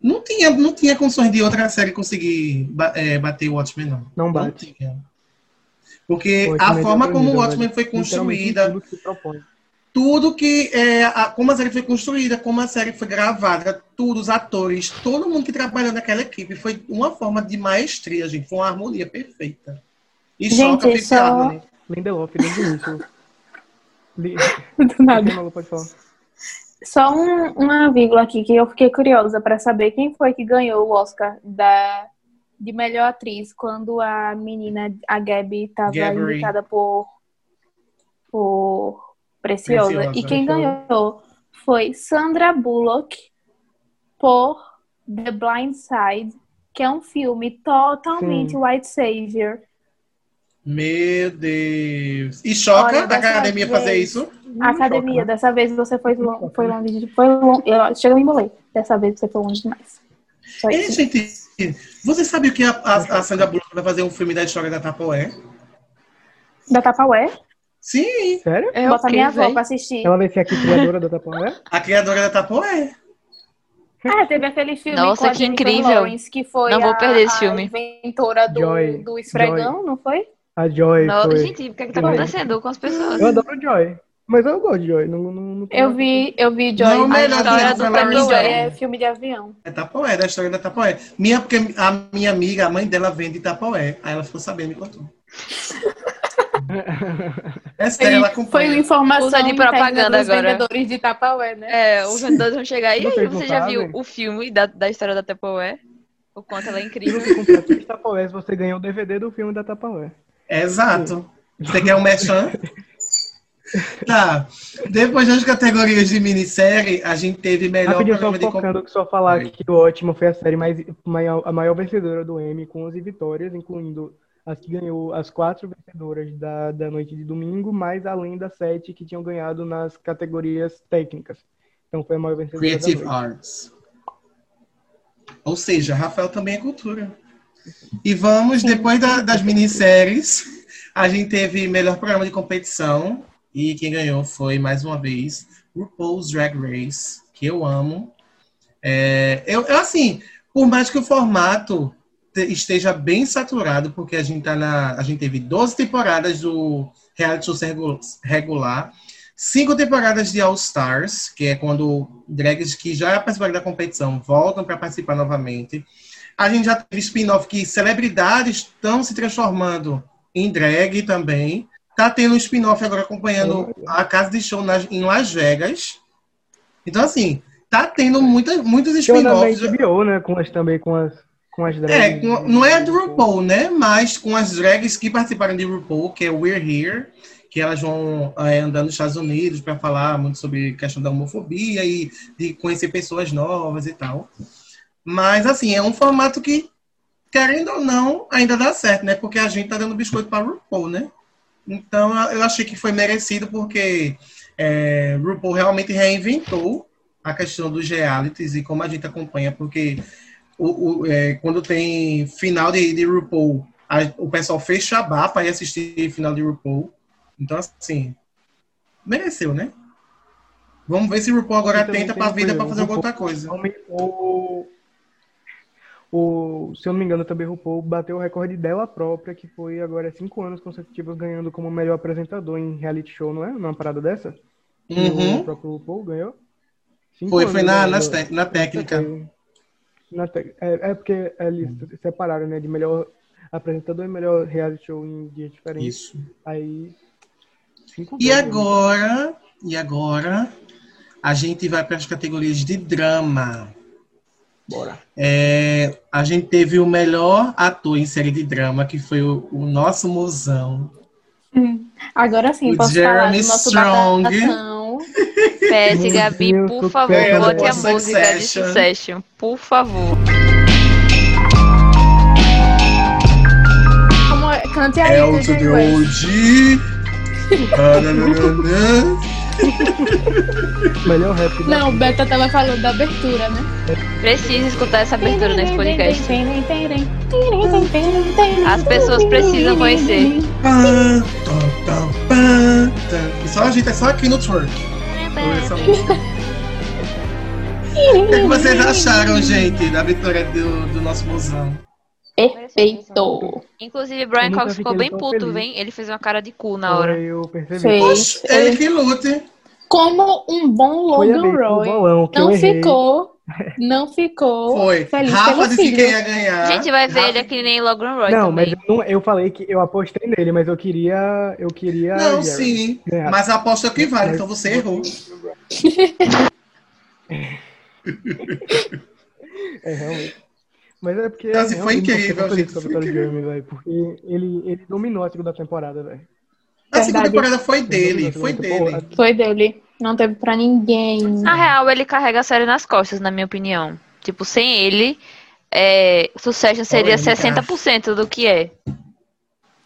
não tinha, não tinha condições de outra série conseguir ba- eh, bater o Watchmen, não.
Não
Não
bate.
tinha. Porque
Watchmen
a
é
forma como o
outra
Watchmen foi
Literalmente
construída,
tudo que se propõe.
tudo que é, a- como a série foi construída, como a série foi gravada, tudo, os atores, todo mundo que trabalhou naquela equipe, foi uma forma de maestria, gente, foi uma harmonia perfeita. E
Gente,
choca
isso é
pensar,
uma-
né?
Lindelof, desde o início. Li...
Do nada.
Malu pode falar.
Só um- uma vírgula aqui que eu fiquei curiosa pra saber quem foi que ganhou o Oscar da, de melhor atriz quando a menina, a Gabi, tava
Gabri.
indicada por, por Preciosa.
Preciosa,
E quem
Preciosa.
ganhou foi Sandra Bullock
por The Blind Side, que é um filme totalmente
Sim.
white savior.
Meu Deus. E choca
Olha,
da
dessa
academia fazer
vez-
isso?
Hum,
A
né?
academia, dessa vez você foi, lo- foi longe. de- Foi lon- eu, chega, eu me embolei. Dessa vez você foi longe demais. Só
Ei,
isso.
gente, você sabe que a, a, a Sandra Bullock vai fazer um filme da história da Tapoé?
Da Tapaué,
Sim,
né? Sério?
É
bota
o quê,
minha avó
véi?
pra assistir.
Ela vai ser aqui criadora da é? Tapoé?
a criadora da Tapoé.
Ah, teve aquele filme
Nossa,
com a
que
Jennifer
incrível.
Lawrence, que foi
Não vou
a-
perder esse
a
filme.
inventora do,
Joy,
do esfregão, não foi?
A Joy
No-
foi. Hum.
Gente, o que, é que tá
Foi.
acontecendo com as pessoas?
Eu adoro Joy. Mas eu gosto de Joy. Não, não, não-
Eu vi, eu vi Joy.
Não, é o melhor
Ai,
do
Joy,
mundo
pra mim,
é
Joy é filme de avião.
É Tapoé, da história da Tapoé. Minha, porque a minha amiga, a mãe dela vende Tapoé. Aí ela ficou sabendo e contou. É sério, ela
um
Foi uma
acompanha.
informação
Usa de
interna
propaganda
dos
agora.
vendedores de Tapaué, né?
É, os vendedores vão chegar. E
Não
aí,
tem
você já viu
vontade?
o filme da, da história da Tupperware? O quanto ela é
Se
incrível.
você comprar três Tapoés, você ganha o DVD do filme da é? Tapoé.
Exato. Você quer um merchan? Tá. Depois das categorias de minissérie, a gente teve melhor
Rapidinho, só
programa é de
focando que só falar que o Ótimo foi a série mais, maior, a maior vencedora do Emmy, com 11 vitórias, incluindo as que ganhou as quatro vencedoras da, da noite de domingo, mais além das sete que tinham ganhado nas categorias técnicas. Então foi a maior vencedora
Creative
da noite.
Arts. Ou seja, Rafael também é cultura. E vamos, depois da- das minisséries, a gente teve melhor programa de competição. E quem ganhou foi, mais uma vez, RuPaul's Drag Race, que eu amo. É, eu, eu, assim, por mais que o formato te- esteja bem saturado, porque a gente, tá na, a gente teve 12 temporadas do reality show regu- regular, cinco temporadas de All Stars, que é quando drags que já participaram da competição voltam para participar novamente. A gente já teve spin-off que celebridades estão se transformando em drag também. Tá tendo um spin-off agora acompanhando a casa de show nas- em Las Vegas. Então, assim, tá tendo muita, muitos
Tinha uma da
spin-offs.
HBO, né? Com as, também com as, com as drags.
É, com- não é do RuPaul, né? Mas com as drags que participaram de RuPaul, que é We're Here, que elas vão é, andar nos Estados Unidos para falar muito sobre questão da homofobia e de conhecer pessoas novas e tal. Mas, assim, é um formato que, querendo ou não, ainda dá certo, né? Porque a gente tá dando biscoito para RuPaul, né? Então, eu achei que foi merecido porque é, RuPaul realmente reinventou a questão dos realities e como a gente acompanha, porque o- o- é, quando tem final de, de RuPaul, a- o pessoal fecha a bar para ir assistir final de RuPaul. Então, assim, mereceu, né? Vamos ver se RuPaul agora
Eu também
tenta
tenho
para a vida
coisa,
para fazer alguma outra
Se
coisa.
eu não me- O, o, se eu não me engano, também RuPaul bateu o recorde dela própria, que foi agora cinco anos consecutivos ganhando como melhor apresentador em reality show, não é? Numa parada dessa? Que
Uhum.
O próprio RuPaul é ganhou. Cinco
Foi, foi
anos
na,
ganhando.
nas tec- na técnica.
Na tec- é, é porque eles se separaram, né? De melhor apresentador e melhor reality show em dias diferentes.
Isso.
Aí. cinco
E
ganhos.
agora, e agora, a gente vai para as categorias de drama.
Bora.
É, a gente teve o melhor ator em série de drama, que foi o, o nosso mozão.
Hum. Agora sim,
O
posso falar
Jeremy
do nosso
Strong.
batação.
Pese,
Meu
Gabi,
Deus,
por
tô
favor,
pegando
bote a
agora.
música de
Succession.
Succession. Por favor.
Como é- Cante aí, DJ West.
Melhor rap da
Não, o Beta tava falando da abertura, né?
Precisa escutar essa abertura nesse podcast. As
As
pessoas precisam conhecer.
Pã, tã, tã, pã, tã. E só a gente é só aqui no twerk. Por essa música. O que, é que vocês acharam, gente, da vitória do, do nosso mozão?
Perfeito.
Inclusive,
Eu
Brian
nunca
Cox ficou
fiquei
bem
tão
puto,
feliz.
vem? Ele fez uma cara de cu na hora.
Eu percebi.
Fez.
Ele que lute.
Como um bom
Foi a vez
Logan
do
Roy.
bolão que eu
Não
errei.
ficou. Não ficou.
Foi.
Feliz
Rafa
pelo
disse
filho.
quem é. ia ganhar.
Gente, vai ver
Rafa-
ele é que nem Logan Roy
Ah. Não, mas
também.
eu, não- eu falei que eu apostei nele, mas eu queria. Eu queria.
Não,
Jared
sim.
ganhar.
Mas a aposta que vale, então você errou.
É, realmente. Mas é porque.
Então, assim, foi
realmente,
incrível,
eu tô feliz
gente,
com a
foi
vitória do Jeremy, velho. Porque ele, ele dominou a segunda temporada, velho.
A segunda
Verdade.
temporada foi dele,
Ele dominou a
foi
segunda
dele.
temporada.
Foi dele. Não teve pra ninguém.
Um
Uhum.
Na real, ele carrega a série nas costas, na minha opinião. Tipo, sem ele, é, o Succession seria 60% do que é.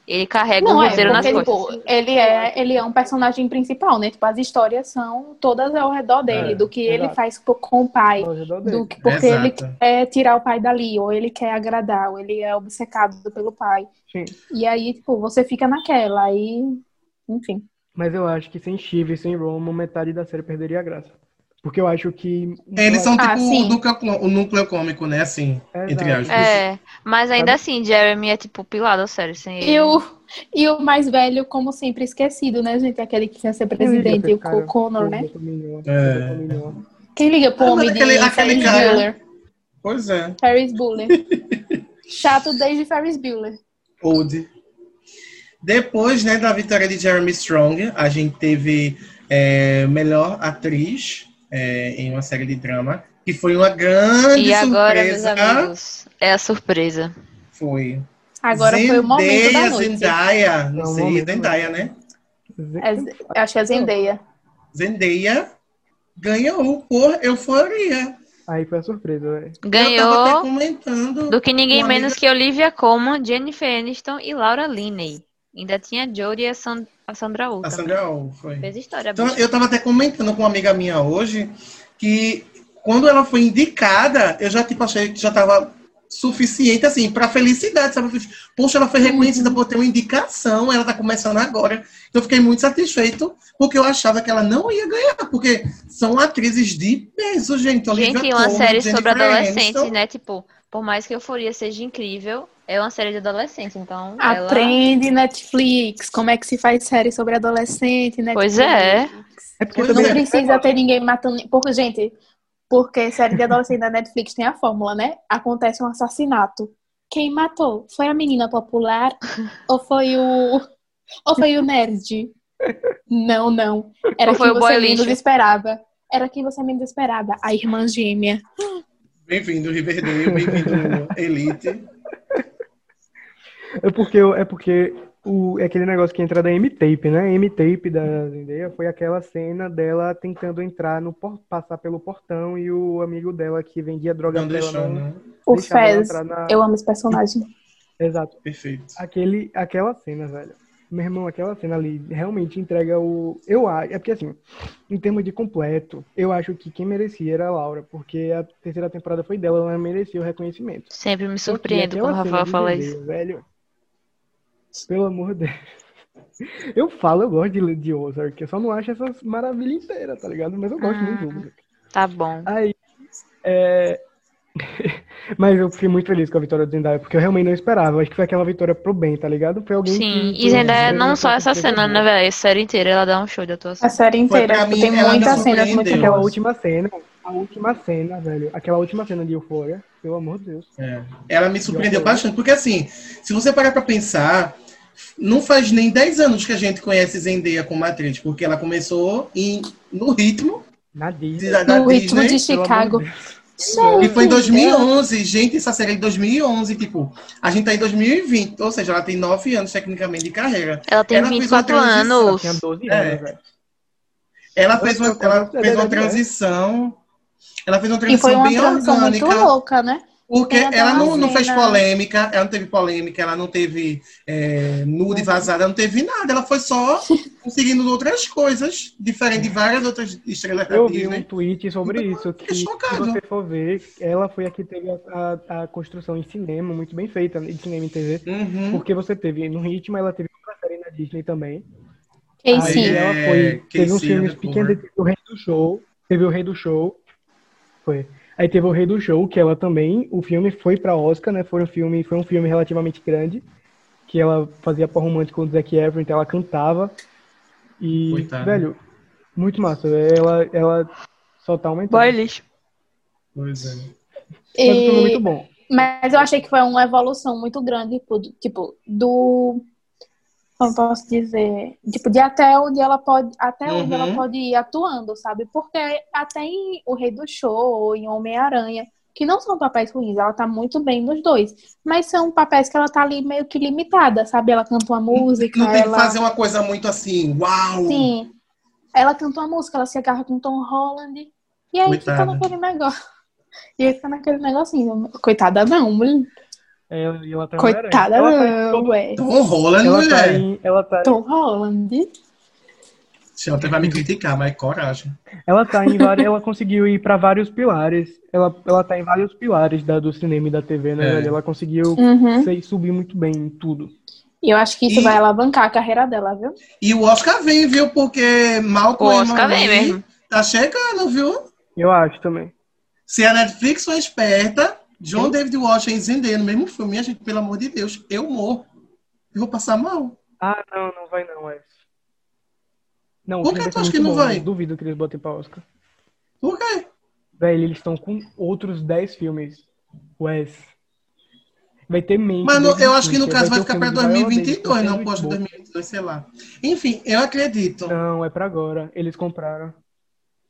Ele carrega o um
Não, é,
roteiro nas
porque,
costas.
tipo, ele é, ele é um personagem principal, né? Tipo, as histórias são todas ao redor dele,
É,
do que ele
verdade.
faz po- com o pai,
Ao redor dele.
do que, porque
Exato.
ele quer tirar o pai dali, ou ele quer agradar, ou ele é obcecado pelo pai.
Sim.
E aí, tipo, você fica naquela, aí, enfim.
Mas eu acho que sem Shiva e sem Roma, metade da série perderia a graça. Porque eu acho que.
Eles são tipo
Ah,
o,
sim.
núcleo, co- o núcleo cômico, né? Assim,
Exato.
entre aspas.
É, mas ainda assim, Jeremy é tipo pilar da série. Sem ele.
E o, e o mais velho, como sempre, esquecido, né, gente? Aquele que quer ser presidente, o
cara,
Co- Connor, né?
Outra minhoca,
É.
outra minhoca.
Quem liga pro
Ah,
homem
mas
de
aquele- aquele
Ferris
cara-
Bueller?
Pois é.
Ferris Bueller. Chato desde Ferris Bueller.
Old. Depois, né, da vitória de Jeremy Strong, a gente teve é, melhor atriz é, em uma série de drama, que foi uma grande
E agora, meus
surpresa.
amigos, é a surpresa.
Foi.
Agora foi o momento da
Zendaya, Zendaya,
noite.
não
É o
sei,
momento.
Zendaya, né?
É, Z- eu acho que é Zendaya.
Zendaya ganhou por euforia.
Aí foi a surpresa, né?
Eu tava até
Ganhou
comentando.
do que ninguém
uma
menos
amiga-
que Olivia Colman, Jennifer Aniston e Laura Linney. Ainda tinha a Jodie e a, San- a Sandra Oh
A
também.
Sandra Oh, foi.
Fez história,
Então,
bicho.
eu tava até comentando com uma amiga minha hoje que quando ela foi indicada, eu já tipo, achei que já tava suficiente assim para felicidade, sabe? Eu fiz, Poxa, ela foi
Uhum.
reconhecida por ter uma indicação, ela tá começando agora. Então, Eu fiquei muito satisfeito porque eu achava que ela não ia ganhar, porque são atrizes de peso, gente. Olivia
Gente, uma
Colman,
série
Jennifer
sobre adolescentes,
Aniston.
né? Tipo, por mais que a euforia seja incrível, é uma série de adolescente, então ela...
Aprende Netflix, como é que se faz série sobre adolescente, Netflix.
Pois é.
É porque
Pois
Não
é.
precisa ter ninguém matando. ni- Porque, gente, porque série de adolescente da Netflix tem a fórmula, né? Acontece um assassinato. Quem matou? Foi a menina popular? ou foi o. Ou foi o nerd? Não, não. Era
Ou foi
quem
o boy
você menos
lixo.
esperava. Era quem você menos esperava. A irmã gêmea.
Bem-vindo Riverdale, bem-vindo Elite.
É porque, eu- é porque o, é aquele negócio que entra da M-Tape, né? M-Tape da Zendaya foi aquela cena dela tentando entrar no por- passar pelo portão e o amigo dela que vendia droga
Não
pra ela
deixou,
não
né?
O
deixava ela
Fez.
entrar na-
Eu amo esse personagem.
Exato.
Perfeito.
Aquele, aquela cena, velho. Meu irmão, aquela cena ali realmente entrega o. Eu acho. É porque assim, em termos de completo, eu acho que quem merecia era a Laura, porque a terceira temporada foi dela, ela merecia o reconhecimento.
Sempre me
Só que
surpreendo
aquela
quando o
cena
Rafael
de
fala
Zendaya,
isso.
Velho, pelo amor de Deus. Eu falo, eu gosto de, de Ozark, eu só não acho essas maravilhas inteiras, tá ligado? Mas eu gosto
Ah.
muito de Ozark.
Tá bom.
Aí, é... Mas eu fiquei muito feliz com a vitória do Zendaya, porque eu realmente não esperava. Acho que foi aquela vitória pro bem, tá ligado? Foi alguém
Sim,
que...
e Zendaya não
que-
só essa cena, né, velho? A série inteira ela dá um show de atuação.
A série inteira.
pra
tipo,
mim,
tem
ela me
muitas cenas muito
surpreendeu.
Aquela
boas.
é última cena, a última cena, velho. Aquela última cena de Euphoria, pelo amor de Deus.
Ela me surpreendeu bastante, porque assim, se você parar pra pensar, não faz nem 10 anos que a gente conhece Zendaya como atriz, porque ela começou em, no ritmo
Na
de-
Disney.
da, da
No ritmo
Disney.
de é.
pelo amor
Chicago.
de Deus.
E foi em
Gente,
2011, gente, essa série é de 2011, tipo, a gente tá em 2020, ou seja, ela tem 9 anos tecnicamente de carreira.
Ela tem
Ela fez uma
24
transição,
Ela
anos.
tinha 12
É.
anos, velho.
Ela fez uma, ela fez uma
É.
transição, ela fez uma
E
transição
foi uma
assim, bem
transição muito
orgânica.
louca, né?
Porque
Ela
ela,
dá uma
não, não fez
cena-
polêmica, ela não teve polêmica, ela não teve é, nude vazada, não teve nada. Ela foi só conseguindo outras coisas, diferente de várias outras estrelas da
Eu vi um
Disney. Então,
tweet sobre isso, que se
chocado.
você for ver, ela foi a que teve a, a- a construção em cinema, muito bem feita, de cinema e TV,
Uhum.
porque você teve no ritmo, ela teve outra série na Disney também.
Quem
Aí
sim.
ela
É,
foi, teve um uns
Casey
filmes
Undercover.
pequenos, teve o Rei do Show, teve o Rei do Show, foi. Aí teve o Rei do Show, que ela também, o filme foi pra Oscar, né, foi um filme, foi um filme relativamente grande, que ela fazia por romântico com o Zac Efron, então ela cantava, e,
Coitada.
velho, muito massa, ela, ela só tá aumentando.
Boy lixo.
Pois é.
Mas o filme é
E-
muito bom.
Mas eu achei que foi uma evolução muito grande, tipo, do- tipo, do. Como posso dizer? Tipo, de até onde ela pode. Até onde
Uhum.
ela pode ir atuando, sabe? Porque até em O Rei do Show, ou em Homem-Aranha, que não são papéis ruins, ela tá muito bem nos dois. Mas são papéis que ela tá ali meio que limitada, sabe? Ela canta uma música,
Não tem que
ela.
fazer uma coisa muito assim, uau!
Sim. Ela canta uma música, ela se agarra com Tom Holland. E aí
Coitada.
fica naquele negócio. E aí fica naquele negocinho. Coitada não, mulher.
Ela, e ela tá em
Coitada
Homem-Aranha.
não, ué.
Tom Holland,
Ela tá
mulher.
em, ela tá,
Tom Holland.
Shelter vai me criticar, mas coragem.
ela tá em várias, ela conseguiu ir pra vários pilares. Ela, ela tá em vários pilares da, do cinema e da TV, né,
É.
velho? Ela conseguiu
Uhum.
sei, subir muito bem em tudo.
E eu acho que isso
E-
vai alavancar a carreira dela, viu?
E o Oscar vem, viu? Porque
O
Malcolm e
Oscar vem
Marie
mesmo.
Tá chegando, viu?
Eu acho também.
Se a Netflix for esperta, John David Washington e Zendaya no mesmo filme, minha gente, pelo amor de Deus, eu morro. Eu vou passar mal.
Ah, não, não vai não, é. Não, o
Por que
filme vai
tu
ser
acha que
muito
não
bom,
vai?
Duvido que eles botem pra Oscar.
Por quê?
Velho, eles estão com outros 10 filmes. Wes. Vai ter mente.
Mas no-
David
eu acho que no
Fincher,
caso vai
ter um o
ficar
filme
para
de Viola Davis, com
2022, não
Chadwick
pode
Boseman.
2022, sei lá. Enfim, eu acredito.
Não, é pra agora. Eles compraram.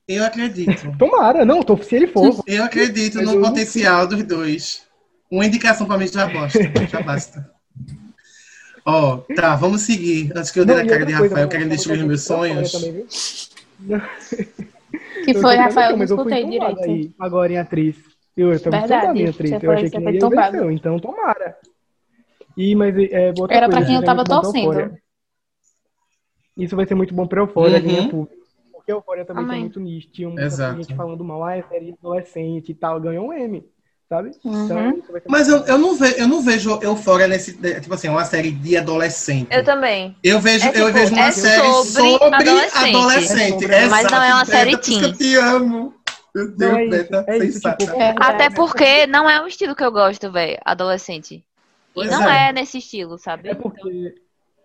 Eu acredito.
Tomara, não, tô, se ele for.
Eu acredito
Mas
no
eu não
potencial dos dois. Uma indicação para mim já basta. Já basta. Ó, tá, vamos seguir. Antes que eu dê
Não,
na
e
cara
outra
de
coisa,
Rafael,
vamos
querendo
botar
destruir
aqui
meus
pra fora
sonhos.
também, viu?
Que
Eu
foi,
tô-
Rafael, eu não
mas eu fui
escutei
tombada
direito.
aí, agora em atriz. Eu, eu também
Verdade,
tombada em atriz.
você
Eu
foi-
achei
você
que
foi
ele ia
tombada.
vencer, então tomara. E, mas é, outra
Era pra
coisa,
quem eu
isso é muito bom
tava
pra
torcendo.
Eufória. Isso vai ser muito bom pra Eufória,
Uhum.
ganhar público. Porque a Eufória também
Amém.
tem muito nicho. Tinha muita
Exato.
gente falando mal, ah, é série adolescente e tal, ganhou um M, sabe? Então,
Uhum.
isso vai ser
Mas
muito
eu, eu, não ve, eu não vejo Eufória nesse. Tipo assim, uma série de adolescente.
Eu também.
Eu vejo,
É
eu
tipo,
vejo uma
é
série
sobre
sobre adolescente.
adolescente. Mas não é uma
Exato,
série
Beta, por isso que Eu
teen.
te amo. Meu
Não, é
Deus,
isso,
Beta,
é isso,
sensata.
tipo,
É.
Até porque não é um estilo que eu gosto, velho, adolescente. E
Pois
não
é.
é. nesse estilo, sabe?
É porque,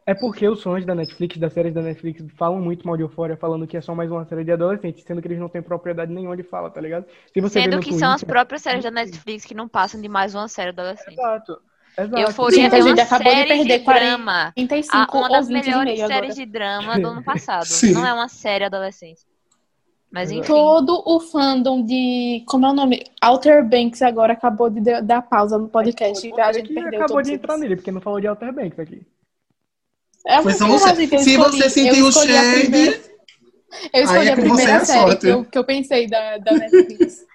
é porque os fãs da Netflix, das séries da Netflix, falam muito mal de Euphoria, falando que é só mais uma série de adolescentes, sendo que eles não têm propriedade nenhuma de fala, tá ligado? Se você vê
Sendo
no
que são as
Twitter-
próprias séries da Netflix que não passam de mais uma série adolescente.
Exato. Exato.
Euforia
Gente,
é
a gente
uma
acabou de
série
perder
de
40
drama.
35
A, Ah, uma das
ouvintes e
melhores
meio
séries de
agora.
drama do ano passado.
Sim.
Não é uma série adolescente. Mas enfim.
Todo o fandom de. Como é o nome? Outer Banks agora acabou de dar- dar pausa no podcast.
Você
A gente
que
perdeu
acabou
todos
de entrar
eles.
nele, porque não falou de Outer Banks aqui.
É
Foi
mas
só
por
você-
razão que eu
se
escolhi.
você sentir
Eu
o
escolhi a
shade,
primeira- Eu
aí
escolhi
é
a
com você,
primeira
é
série
sorte.
que eu, que eu pensei da, da Netflix.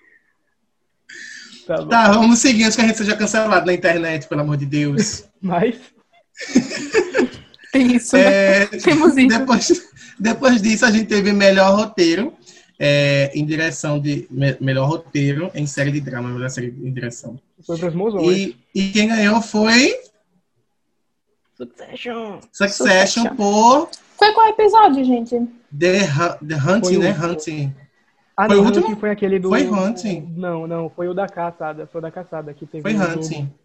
Tá bom.
Tá, vamos seguir antes que a gente seja cancelado na internet, pelo amor de Deus.
Mas,
Tem isso, né?
É,
Temos isso.
depois, depois disso, a gente teve melhor roteiro é, em direção de. me- melhor roteiro em série de drama, melhor série em direção.
foi pros mozões.
E, e quem ganhou foi
Succession.
Succession
Succession.
por
Foi qual episódio, gente?
The, Hu- The
Foi
Hunting,
o
né?
último.
Hunting.
Ah,
Foi
não,
o último?
Hunting Foi aquele do...
Foi Hunting.
Não, não, foi o da caçada. Foi o da caçada que teve
Foi
um
Hunting.
jogo.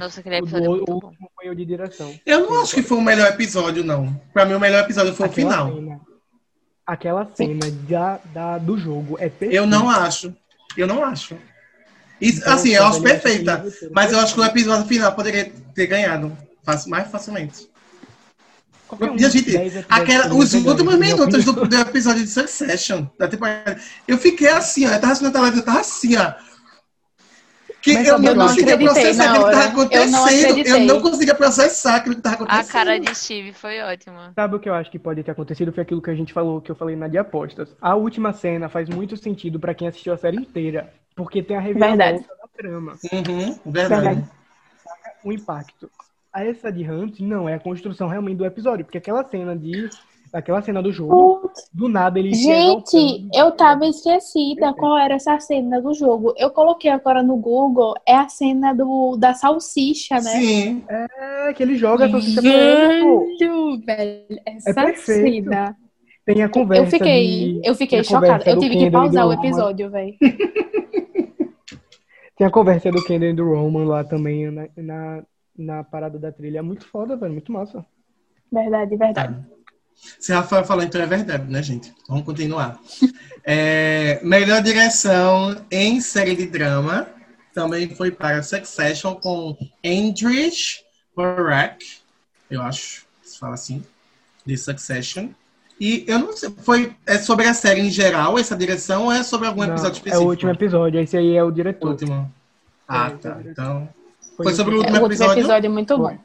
Nossa, aquele
O,
episódio é
do-
muito
o
bom.
último foi o de direção.
Eu não acho que foi o melhor episódio, não. Pra mim, o melhor episódio foi o
Aquela
final.
Cena, aquela cena da, da- do jogo é perfeita.
Eu não acho. Eu não acho. Isso,
Então,
assim, eu acho
ele acha que
perfeita.
ele é
Mas eu acho que o episódio final poderia ter ganhado faci- mais facilmente.
Qualquer um
E a gente-
dos dez episódios
Aquela,
que
os
ele ganha,
últimos
na né? minha
minutos
opinião.
do, do episódio de Succession, da temporada, eu fiquei assim, ó. Eu tava assistindo a televisão, eu tava assim, ó. Que
Mas
eu não,
eu não
conseguia
acreditei
processar
na
aquilo que tava
hora. Eu não
acontecendo. Eu
acreditei.
não conseguia processar aquilo que tava
A
acontecendo.
cara de Steve foi ótima.
Sabe o que eu acho que pode ter acontecido? Foi aquilo que a gente falou, que eu falei na de apostas. A última cena faz muito sentido pra quem assistiu a série inteira, porque tem a reviravolta
Verdade.
da trama,
Uhum, verdade.
Verdade.
o impacto. A essa de Hunt não é a construção realmente do episódio, porque aquela cena de aquela cena do jogo, do nada ele chega ao
Gente,
fundo.
eu tava esquecida qual era essa cena do jogo. Eu coloquei agora no Google, é a cena do, da salsicha, né?
Sim.
é que ele joga essa cena pra ele, né, pô. É
Gente, velho, essa
perfeito.
cena.
Tem a conversa
Eu fiquei,
de-
eu fiquei
tem a conversa
chocada. Eu
do
tive que
Kendall e do
pausar o
Roman.
episódio, velho.
Tem a conversa do Kendall e do Roman lá também na, na, na parada da trilha. É muito foda, velho. Muito massa.
Verdade, verdade.
Se Rafael falou, então é verdade, né, gente? Vamos continuar. É, melhor direção em série de drama também foi para Succession com Andrich Borak, eu acho que se fala assim, de Succession. E eu não sei, foi, é sobre a série em geral essa direção ou é sobre algum
Não,
episódio
é
específico?
o último episódio. É, Esse aí é o diretor.
Último. Ah, tá. Então,
Foi
foi
o
sobre o
É,
último
o último
episódio.
episódio é muito bom.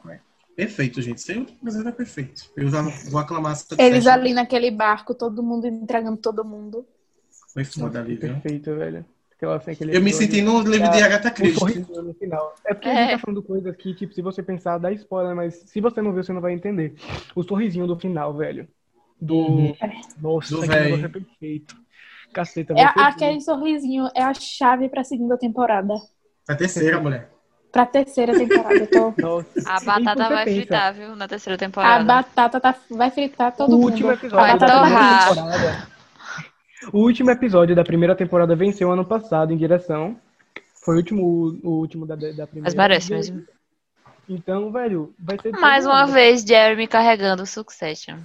Perfeito, gente. Esse episódio é perfeito. Eu já vou aclamar
tá
Succession.
Eles ali naquele barco, todo mundo entregando todo mundo.
Foi foda ali, viu?
Perfeito, velho. aquela, assim, aquele
né? Eu me senti no livro de Agatha
um
Christie.
sorrisinho no final. É porque a gente tá falando coisas que, tipo, se você pensar, dá spoiler, mas se você não viu, você não vai entender. O sorrisinho do final, velho. Do.
Uhum.
Nossa,
Do
que
véi.
negócio é perfeito. Caceta,
É,
você viu.
aquele sorrisinho é a chave pra segunda temporada.
A terceira, mulher.
Pra terceira temporada. eu tô-
Nossa.
A
E
batata
você
vai
pensa,
fritar, viu? Na terceira
A
temporada.
batata tá- vai fritar todo
o
mundo.
último
a
episódio
Vai
da
batata tá vai
primeira
torrar.
fritar.
temporada. O último episódio da primeira temporada venceu ano passado em direção. Foi o último, o último da, da primeira.
Mas parece mesmo.
Então, velho, vai ser.
Mais uma vez, Jeremy carregando o Succession.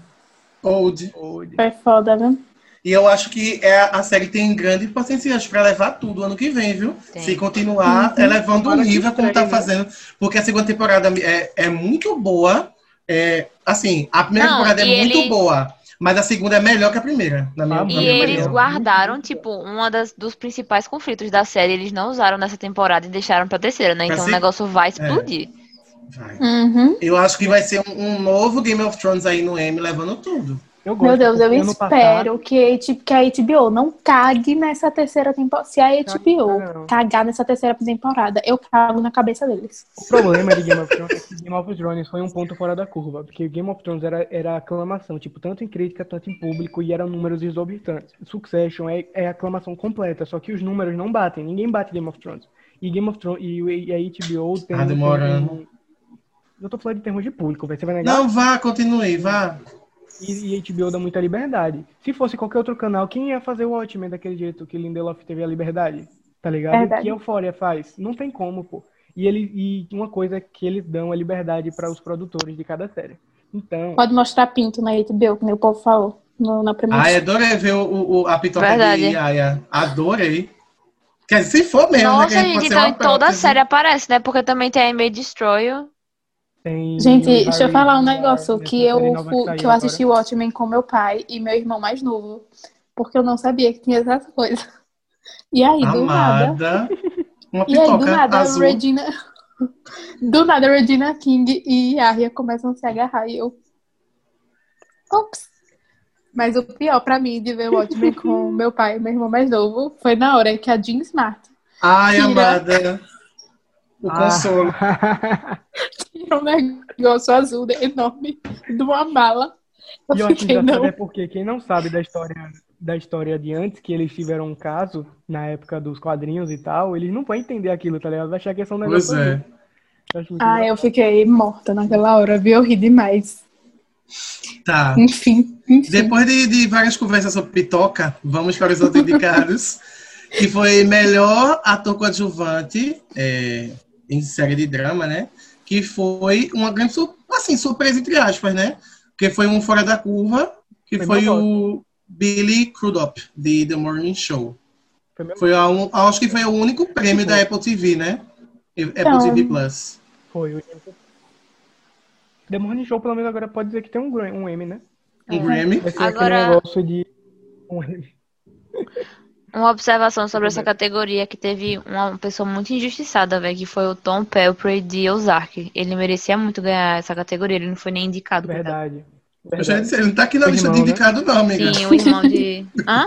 Old.
Olha.
Foi É foda, viu?
E eu acho que é, a série tem grande potencial para levar tudo ano que vem, viu?
Tem.
Se continuar elevando o
Tomara que
nível como tá
estreie, né?
fazendo. Porque a segunda temporada é, é muito boa. É, assim, a primeira
Não,
temporada é
e
muito
ele-
boa. Mas a segunda é melhor que a primeira, na minha
E
na
Pra
E
mim,
minha
o
eles
melhor.
opinião.
guardaram, tipo, uma das dos principais conflitos da série, eles não usaram nessa temporada e deixaram pra terceira, né?
Pra
Então
se-
o negócio vai explodir.
Vai.
Uhum.
Eu acho que vai ser um, um novo Game of Thrones aí no M, levando tudo.
Eu gosto,
Meu Deus, eu
porque ano passado-
espero que, tipo, que a HBO não cague nessa terceira temporada. Se a
Caga, não.
HBO cagar nessa terceira temporada, eu cago na cabeça deles.
O problema de Game of Thrones é que Game of Thrones foi um ponto fora da curva, porque Game of Thrones era, era aclamação, tipo, tanto em crítica, tanto em público, e eram números exorbitantes. Succession é, é aclamação completa, só que os números não batem, ninguém bate Game of Thrones. E Game of Thrones e, o- e a HBO tem.
Tá demorando.
tem- eu tô falando de termos de público, vai- você vai negar?
Não, vá, continue, vá.
E, e HBO dá muita liberdade. Se fosse qualquer outro canal, quem ia fazer o Watchmen daquele jeito que Lindelof teve a liberdade? Tá ligado?
Verdade.
Que Euphoria faz? Não tem como, pô. E, ele, e uma coisa é que eles dão a liberdade para os produtores de cada série. Então,
Pode mostrar pinto na HBO, que nem o povo falou no- na primeira.
Ai, é adorei ver o, o- o- a pitoca
Verdade.
de Yaya. Adorei. Quer dizer, se for mesmo,
Nossa,
né? que
gente,
pode ser
então
uma
em toda a
prótese.
série aparece, né? Porque também tem a May Destroyer.
tem.
Gente,
Harry
deixa eu falar um
Potter,
negócio
essa
que eu,
série nova
fu-
saiu
que eu assisti
agora.
o Watchmen com meu pai e meu irmão mais novo, porque eu não sabia que tinha essas coisas. E aí, do nada,
Amada. Uma
e aí, do
pitoca
nada,
azul.
Regina. Do nada, Regina King e Arya começam a se agarrar e eu. Ops! Mas o pior pra mim de ver o Watchmen com meu pai e meu irmão mais novo foi na hora que a Jean Smart
Ai,
Tira.
amada. O
Ah.
consolo.
tirou um negócio azul enorme de uma mala. Eu
E ótimo
fiquei,
da
não.
série é porque quem não sabe da história da história de antes, que eles tiveram um caso na época dos quadrinhos e tal, eles não vão entender aquilo, tá ligado? Vai achar que é só um
Pois
negócio.
é.
Eu acho muito
Ah, eu fiquei morta naquela hora, viu? Eu ri demais.
Tá.
Enfim, enfim.
Depois de, de várias conversas sobre pitoca, vamos para os outros indicados. Que foi melhor ator coadjuvante é, em série de drama, né? Que foi uma grande sur- assim, surpresa, entre aspas, né? Que foi um fora da curva, que
Foi
foi,
meu
o Billy Crudup, de The Morning Show.
Foi meu-
Foi a um- acho que foi o único prêmio da Apple TV, né? E- Apple
Então.
TV Plus.
Foi. o The Morning Show, pelo menos agora pode dizer que tem um, Grammy- um M, né?
Um Grammy.
Vai ser aquele
Agora-
negócio de um M.
Uma observação sobre essa categoria que teve uma pessoa muito injustiçada, velho, que foi o Tom Pelphrey de Ozark. Ele merecia muito ganhar essa categoria, ele não foi nem indicado. coitado.
Verdade.
Eu já ia
Verdade.
dizer, ele não tá aqui na
Foi
lista
irmão,
de
né?
indicado, não, amiga.
Sim, o irmão de. Hã?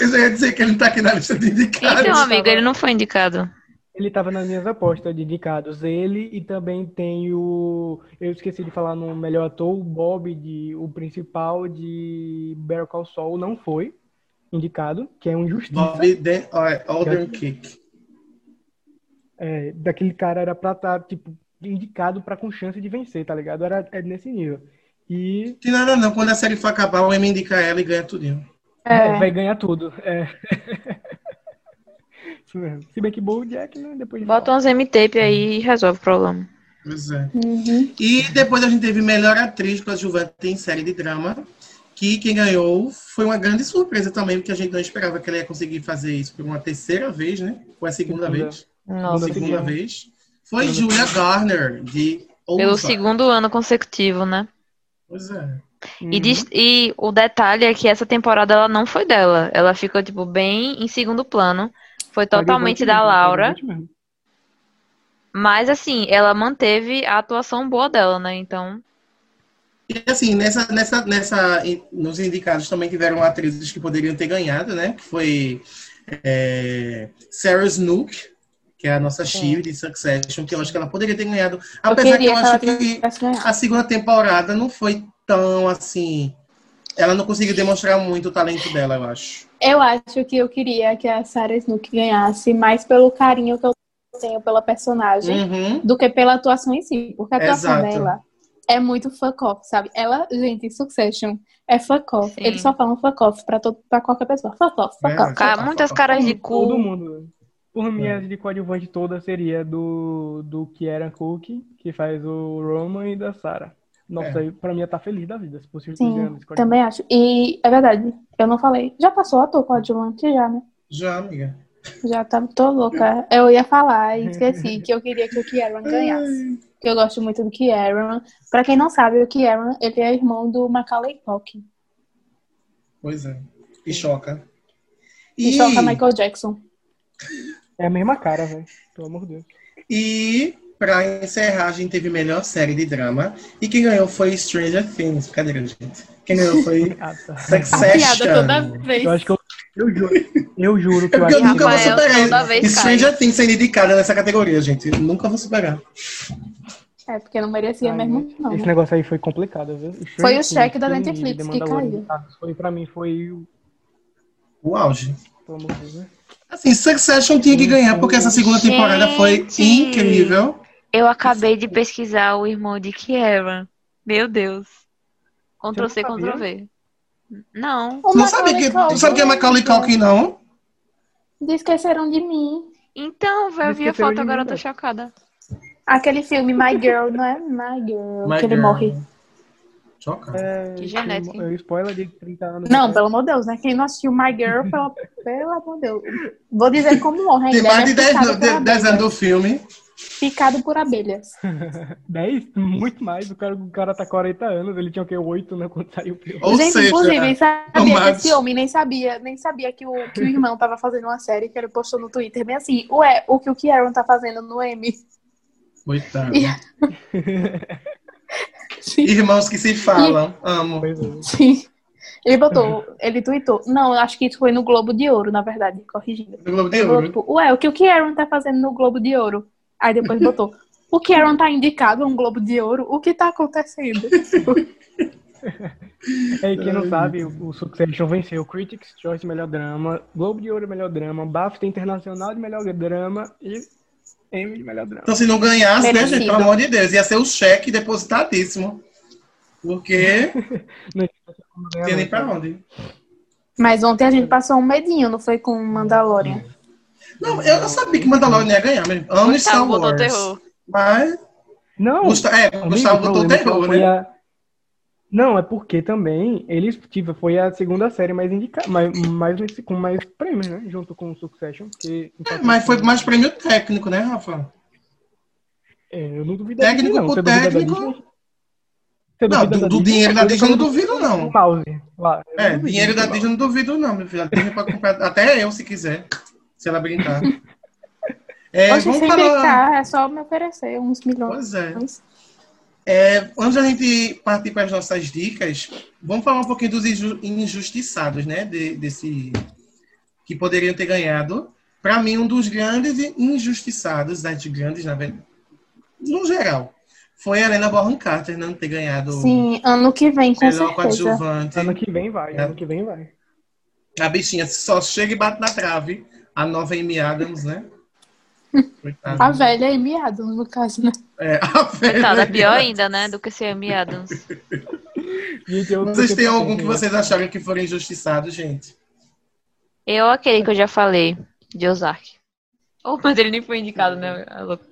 Eu já ia dizer que ele não tá aqui na lista de indicados.
Então, amigo, ele não foi indicado.
Ele tava nas minhas apostas de indicados. Ele e também tem o. Eu esqueci de falar no melhor ator, o Bob, de... o principal de Better Call Saul, não foi indicado, que é um injustiça.
Bob Dan- Olha, Alden Kick.
É, daquele cara era pra estar, tipo, indicado pra com chance de vencer, tá ligado? Era é nesse nível. E
Tem nada não, quando a série for acabar, o M indica ela e ganha tudinho.
É,
É,
Vai ganhar tudo. É. Isso mesmo. Se bem que Bo Jack, né? Depois de
Bota umas M-tape aí e resolve o problema.
Pois é.
uhum.
E depois a gente teve melhor atriz coadjuvante em série de drama, que quem ganhou foi uma grande surpresa também, porque a gente não esperava que ela ia conseguir fazer isso por uma terceira vez, né? Ou é a segunda
Segunda.
vez?
Nossa,
Segunda.
Segunda vez. Foi Julia Garner, de
pelo
Ozark.
segundo ano consecutivo, né?
Pois é.
Uhum.
E, diz- e o detalhe é que essa temporada ela não foi dela. Ela ficou, tipo, bem em segundo plano. Foi
Coadjuvante
totalmente da
mesmo,
Laura.
coadjuvante mesmo.
Mas, assim, ela manteve a atuação boa dela, né? Então,
E assim, nessa, nessa, nessa, nos indicados também tiveram atrizes que poderiam ter ganhado, né? Que foi é, Sarah Snook, que é a nossa Shiv de Succession, que eu acho que ela poderia ter ganhado.
Eu
Apesar que
queria
eu
que ela
acho que
tivesse ganhado.
a segunda temporada não foi tão assim. Ela não conseguiu demonstrar muito o talento dela, eu acho.
Eu acho que eu queria que a Sarah Snook ganhasse mais pelo carinho que eu tenho pela personagem
Uhum.
do que pela atuação em si, porque a atuação
Exato.
dela é muito fuck off, sabe? Ela, gente, Succession é fuck off.
Sim.
Eles só falam fuck off pra, todo, pra qualquer pessoa. Fuck off, fuck
Verdade.
off.
Cara, muitas caras de
Todo
cu.
mundo. velho. Por
É.
mim, as de coadjuvante toda seria do, do Kieran Cook, que faz o Roman e da Sarah.
É.
Nossa, eu- pra mim ia estar feliz da vida, se possível.
Sim, Também acho. E é verdade, eu não falei. Já passou a ator coadjuvante já, né?
Já, amiga.
Já tá, tô louca. Eu ia falar e esqueci que eu queria que o Kieran ganhasse. Que eu gosto muito do Kieran. Pra quem não sabe, o Kieran, ele é irmão do Macaulay Culkin.
Pois é. Pichoca.
E toca Michael Jackson.
É a mesma cara, velho. Pelo amor de Deus.
E pra encerrar, a gente teve melhor série de drama. E quem ganhou foi Stranger Things. Cadê, gente? Quem ganhou foi
Ah, tá.
Succession.
vez.
Eu acho que eu, eu juro. Eu juro que
É
eu
porque eu
acho
nunca vou
Rafael, toda
superar
vez
isso. Stranger Things sendo indicada nessa categoria, gente. Eu nunca vou superar.
É, porque não merecia
Ai,
mesmo,
gente,
não.
Esse negócio aí foi complicado, viu?
Foi
Stranger
o cheque da
Things,
Netflix
The
que
Mandalorian,
caiu.
tá? Foi pra mim, foi o.
O auge.
Pelo amor de Deus, né?
Assim, Succession tinha que ganhar porque essa segunda temporada foi
Gente.
incrível.
Eu acabei de pesquisar o irmão de Kieran. Meu Deus. Ctrl
Você
C,
não
Ctrl V. Não.
O
Tu não sabe
Macaulay
que, tu sabe que é Macaulay Culkin, não?
Diz que Esqueceram de mim.
Então, velho, eu vi a
Esqueceram
foto
de
agora,
mim,
eu tô
velho.
chocada.
Aquele filme My Girl, não é? My Girl,
My
que ele
girl.
morre.
Choca.
É,
Que genética, hein?
é, Spoiler de 30 anos.
Não, pelo amor de Deus, né? Quem não assistiu My Girl, pelo, pelo amor de Deus. Vou dizer como morre ainda.
Tem mais de
ele é
10
picado por
de- 10 anos do filme.
Picado por abelhas.
10? Muito mais. O cara, o cara tá 40 anos, ele tinha o quê? 8, né? Quando saiu o filme.
Ou
Gente,
seja,
inclusive, sabia que
Max-
esse homem nem sabia, nem sabia que o, que o irmão tava fazendo uma série que ele postou no Twitter. Bem assim, ué, o que o Kieran tá fazendo no M.
Coitado.
E- Sim,
Irmãos que se falam. Amo.
Pois é.
sim. Ele botou,
Uhum.
ele tweetou. Não, eu acho que isso foi no Globo de Ouro, na verdade, corrigindo.
Do Globo de
Ele botou,
Ouro.
tipo, ué, o que o Kieran tá fazendo no Globo de Ouro? Aí depois botou, o Kieran tá indicado a um Globo de Ouro? O que tá acontecendo?
É, e quem não sabe, o, o Succession venceu Critics' Choice Melhor Drama, Globo de Ouro Melhor Drama, BAFTA Internacional de Melhor Drama e Emmy de Melhor Drama.
Então, se não ganhasse, né,
Merecido.
gente? Pelo amor de Deus. Ia ser o cheque depositadíssimo. Porque não tinha nem pra onde.
Mas ontem
É.
a gente passou um medinho, não foi com o Mandalorian.
Não, eu, eu sabia que Mandalorian ia ganhar mesmo. Amo Star
Gustavo botou
Wars.
terror.
Mas.
Não!
Gustavo, é,
Amigo,
Gustavo
o
botou
problema é que
terror,
foi
né?
a- Não, é porque também eles tipo, foi a segunda série mais indicada, mais, mais nesse- com mais prêmios, né? Junto com o Succession. Que,
É, Mas foi mais prêmio técnico, né, Rafa?
É, eu não duvido
Técnico
da Disney, não.
por
Você duvida da
técnico.
Disney? Você
Não,
duvida
do, do dinheiro da Disney eu não duvido,
O
não.
mouse. lá. Eu
É,
duvido,
dinheiro da
sei lá.
Disney eu não duvido, não, meu filho. A Disney pode comprar até eu, se quiser. Se ela brincar. É,
Hoje,
vamos
sem
falar.
brincar, é só me oferecer uns milhões.
Pois é. É, antes da gente partir para as nossas dicas, vamos falar um pouquinho dos inju- injustiçados, né? de- desse que poderiam ter ganhado. Para mim, um dos grandes injustiçados, das grandes, na verdade, no geral, foi a Helena Bonham Carter né, não ter ganhado
Sim, ano que vem, com
é. melhor
certeza.
coadjuvante.
Ano que vem vai,
É.
ano que vem vai.
A bichinha só chega e bate na trave. A nova Amy Adams, né? Coitada.
A velha é Amy Adams, no caso, né?
É, a velha
Coitada,
Amy
pior ainda, né? Do que ser Amy Adams.
Gente, eu-
Vocês
eu-
têm
eu-
algum
eu-
que vocês acharam que foram injustiçados, gente?
Eu, aquele que eu já falei, de Ozark. Oh, mas ele nem foi indicado, né? É louco.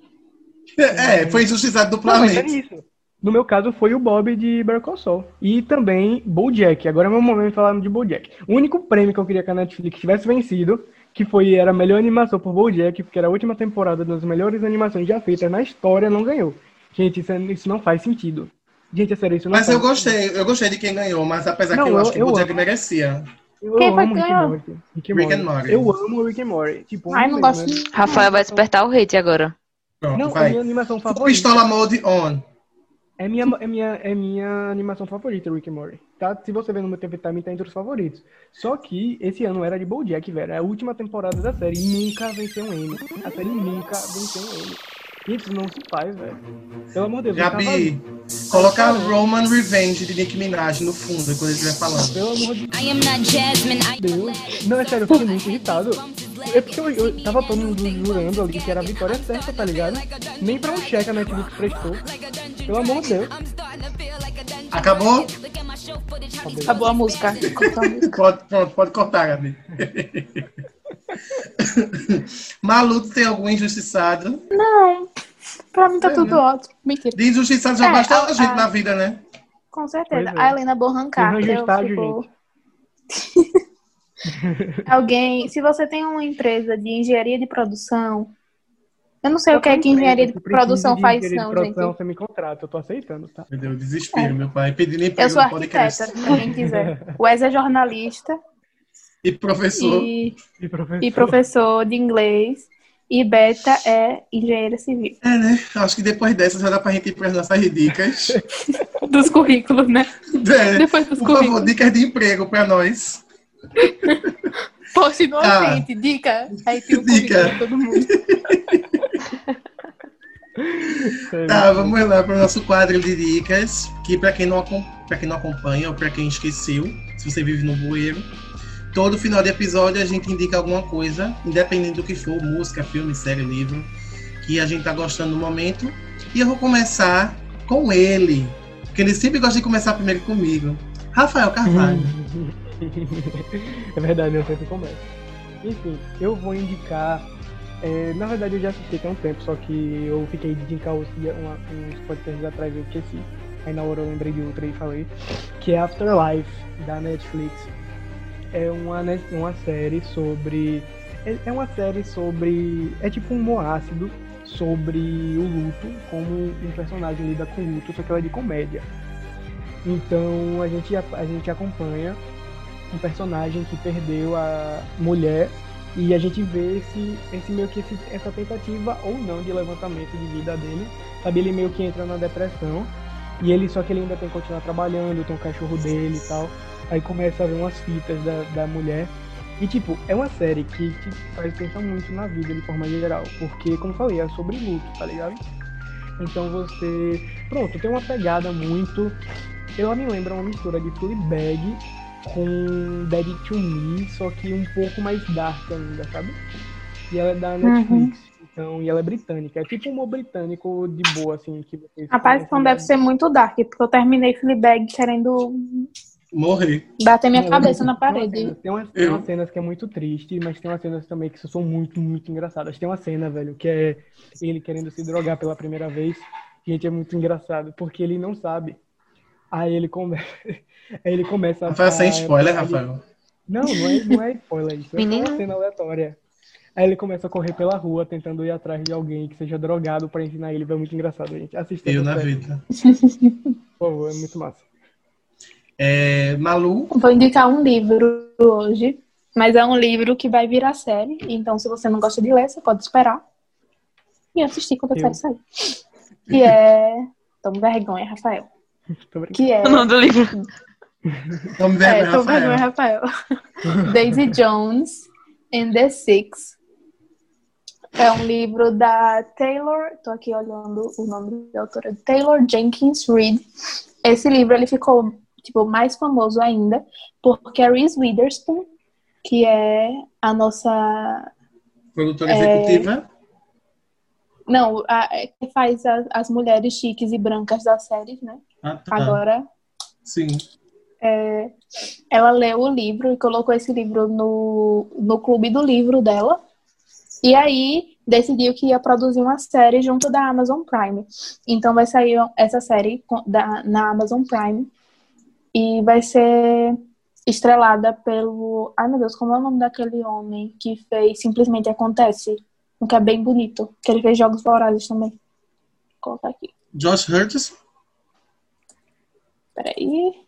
É, foi injustiçado
Não, mas é
duplamente.
isso. No meu caso foi o Bob de Better Call Saul. E também BoJack. Agora é meu momento de falar de BoJack. O único prêmio que eu queria que a Netflix tivesse vencido, que foi era a melhor animação por BoJack, porque era a última temporada das melhores animações já feitas na história, não ganhou. Gente, isso, é, isso não faz sentido. Gente, é sério, isso não
Mas
faz
eu gostei, eu gostei de quem ganhou, mas apesar
Não,
que eu,
eu-
acho que o
eu
Bojack
amo.
merecia.
Eu
Quem foi
amo
que
Rick and
ganhou?
Morty. Rick and
Rick and
Morty.
Morty.
Eu amo Rick and Morty. Tipo,
Ai,
amo
não
mesmo,
gosto
né?
de
Rafael vai despertar o hate agora.
Pronto,
Não, a
vai.
minha animação
O
favorita.
Pistola Mode On.
É minha, é minha, é minha animação favorita, Rick and Morty. Tá, se você vê no meu tempo time, tá entre os favoritos. Só que esse ano era de Bojack, velho. É a última temporada da série. Nunca venceu um M. A série nunca venceu um M. Isso não se faz, velho. Pelo amor de Deus. tá eu tava
Gabi,
ali.
colocar Roman Revenge de Nick Minaj no fundo quando ele estiver falando.
Pelo amor de
I am not Jasmine, I
Deus. Não, é sério, eu fiquei muito irritado. É porque eu, eu tava todo mundo jurando ali que era a vitória certa, tá ligado? Nem pra um cheque a Netflix prestou. Pelo amor de Deus.
Acabou?
Acabou a música. Cortou a música.
Pode, pronto, pode cortar, Gabi. Malu, tu tem algum injustiçado?
Não. Pra
É,
mim tá
né?
tudo ótimo. Mentira.
De injustiçado já
É,
basta
a-
a gente
a-
na vida, né?
Com certeza.
Pois é.
A Helena Bonham Carter.
Arranjo estágio,
tipo- Alguém, se você tem uma empresa de engenharia de produção, eu não sei o que é que engenharia de produção faz,
Engenharia de
não,
produção,
gente.
Você me contrata, eu tô aceitando, tá?
Meu Deus, desespero, meu pai. Pedindo emprego
É. Eu sou
no podcast.
arquiteta, se alguém quiser. O Wes é jornalista
E professor.
e,
E professor.
e professor de inglês. E Beta é engenheira civil.
É, né? Acho que depois dessa já dá pra gente ir pras nossas dicas.
Dos currículos, né?
É,
Depois dos
por favor,
currículos.
dicas de emprego pra nós.
Post no
Ah.
gente, dica. Aí tem o
Dica.
currículo de todo mundo.
Sei
Tá,
lá.
vamos lá para o nosso quadro de dicas, que para quem não para quem não acompanha ou para quem esqueceu, se você vive no bueiro, todo final de episódio a gente indica alguma coisa, independente do que for, música, filme, série, livro, que a gente tá gostando no momento. E eu vou começar com ele, porque ele sempre gosta de começar primeiro comigo. Rafael Carvalho.
é verdade, eu sempre começo. Enfim, eu vou indicar. é, na verdade, eu já assisti tem um tempo, só que eu fiquei de indicar os, dia- uma- uns podcasts atrás e eu esqueci. Aí na hora eu lembrei de outra e falei. Que é Afterlife, da Netflix. É uma, ne- uma série sobre. É, é uma série sobre. É tipo um moácido sobre o luto, como um personagem lida com o luto, só que ela é de comédia. Então a gente, a- a gente acompanha um personagem que perdeu a mulher e a gente vê esse, esse meio que esse- essa tentativa ou não de levantamento de vida dele. Sabe, ele meio que entra na depressão e ele só que ele ainda tem que continuar trabalhando, tem o cachorro dele e tal. Aí começa a ver umas fitas da, da mulher. E tipo, é uma série que te faz pensar muito na vida de forma geral. Porque, como eu falei, é sobre luto, tá ligado? Então você. Pronto, tem uma pegada muito. Ela me lembra uma mistura de Fleabag com Dead to Me, só que um pouco mais dark ainda, sabe? E ela é da
Uhum.
Netflix, então, e ela é britânica. É tipo um britânico de boa, assim, que você.
Rapaz, então deve ser muito dark, porque eu terminei Fleabag querendo
Morri.
bater minha
Não,
cabeça na
tem umas
parede.
cenas- Tem umas, tem
Eu.
umas cenas que é muito triste, mas tem umas cenas também que são muito, muito engraçadas. Tem uma cena, velho, que é ele querendo se drogar pela primeira vez. Gente, é muito engraçado, porque ele não sabe. Aí ele, come... Aí ele começa a.
Rafael sem spoiler,
a-
Rafael.
Não, não é, não é spoiler isso. É só
Menino.
uma cena aleatória. Aí ele começa a correr pela rua tentando ir atrás de alguém que seja drogado pra ensinar ele. É muito engraçado, gente. Assista.
Eu
essa
na
série,
vida.
Por favor, é muito massa.
É, Malu,
Vou indicar um livro hoje, mas é um livro que vai virar série. Então, se você não gosta de ler, você pode esperar e assistir quando a
Eu.
série sair. Que é. Tome vergonha, Rafael.
Tô brincando.
Que é.
O nome do livro.
não me
é
vergonha,
Tome vergonha,
Rafael.
Rafael. Daisy Jones and the Six. É um livro da Taylor. Tô aqui olhando o nome da autora. Taylor Jenkins Reid. Esse livro ele ficou tipo mais famoso ainda porque a Reese Witherspoon, que é a nossa É,
Produtora executiva.
Não, a, é que faz a- as mulheres chiques e brancas da série, né?
Ah, tá.
Agora,
Sim.
ela leu o livro e colocou esse livro no, no clube do livro dela. E aí, decidiu que ia produzir uma série junto da Amazon Prime. Então, vai sair essa série com- da- na Amazon Prime. E vai ser estrelada pelo. Ai, meu Deus, como é o nome daquele homem que fez Simplesmente Acontece? Um que é bem bonito. Que ele fez Jogos Vorazes também. Vou colocar aqui.
Josh Hurts.
Peraí.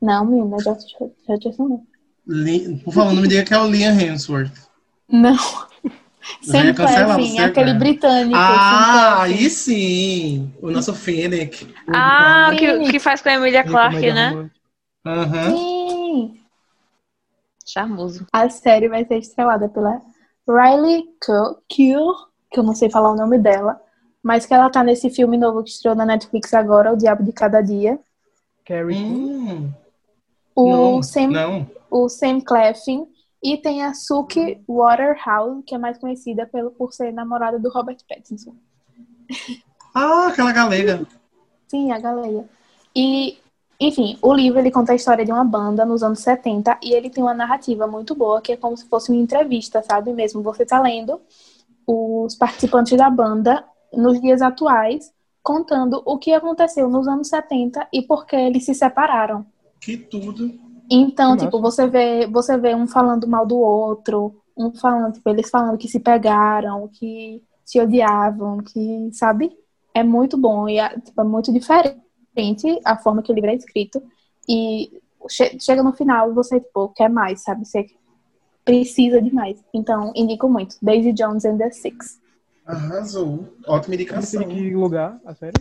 Não, menina, já, já, já tinha esse nome.
Lin- Por favor, não me diga que é o Liam Hemsworth.
Não. Sem Clevin, aquele britânico. assim, é
Ah, aí sim! O nosso Fennec.
Ah, que, que faz com a
É
Emilia Clarke, né?
Aham.
Sim!
Charmoso.
A série vai ser estrelada pela Riley Cure, que eu não sei falar o nome dela, mas que ela tá nesse filme novo que estreou na Netflix agora, O Diabo de Cada Dia.
Carrie.
Hum,
O
não,
Sam,
não.
o Sam Cleffin e tem a Suki Waterhouse, que é mais conhecida pelo, por ser namorada do Robert Pattinson.
Ah, aquela galega.
Sim, a galera. E, enfim, o livro ele conta a história de uma banda nos anos 70 e ele tem uma narrativa muito boa, que é como se fosse uma entrevista, sabe? Mesmo você tá lendo os participantes da banda nos dias atuais, contando o que aconteceu nos anos 70 e por que eles se separaram.
Que tudo.
Então,
Nossa.
tipo, você vê, você vê um falando mal do outro, um falando, tipo, eles falando que se pegaram, que se odiavam, que, sabe? É muito bom e é, tipo, é muito diferente a forma que o livro é escrito. E che- chega no final e você, tipo, quer mais, sabe? Você precisa de mais. Então, indico muito. Daisy Jones and the Six.
Arrasou. Ótima indicação.
Tem que lugar a série?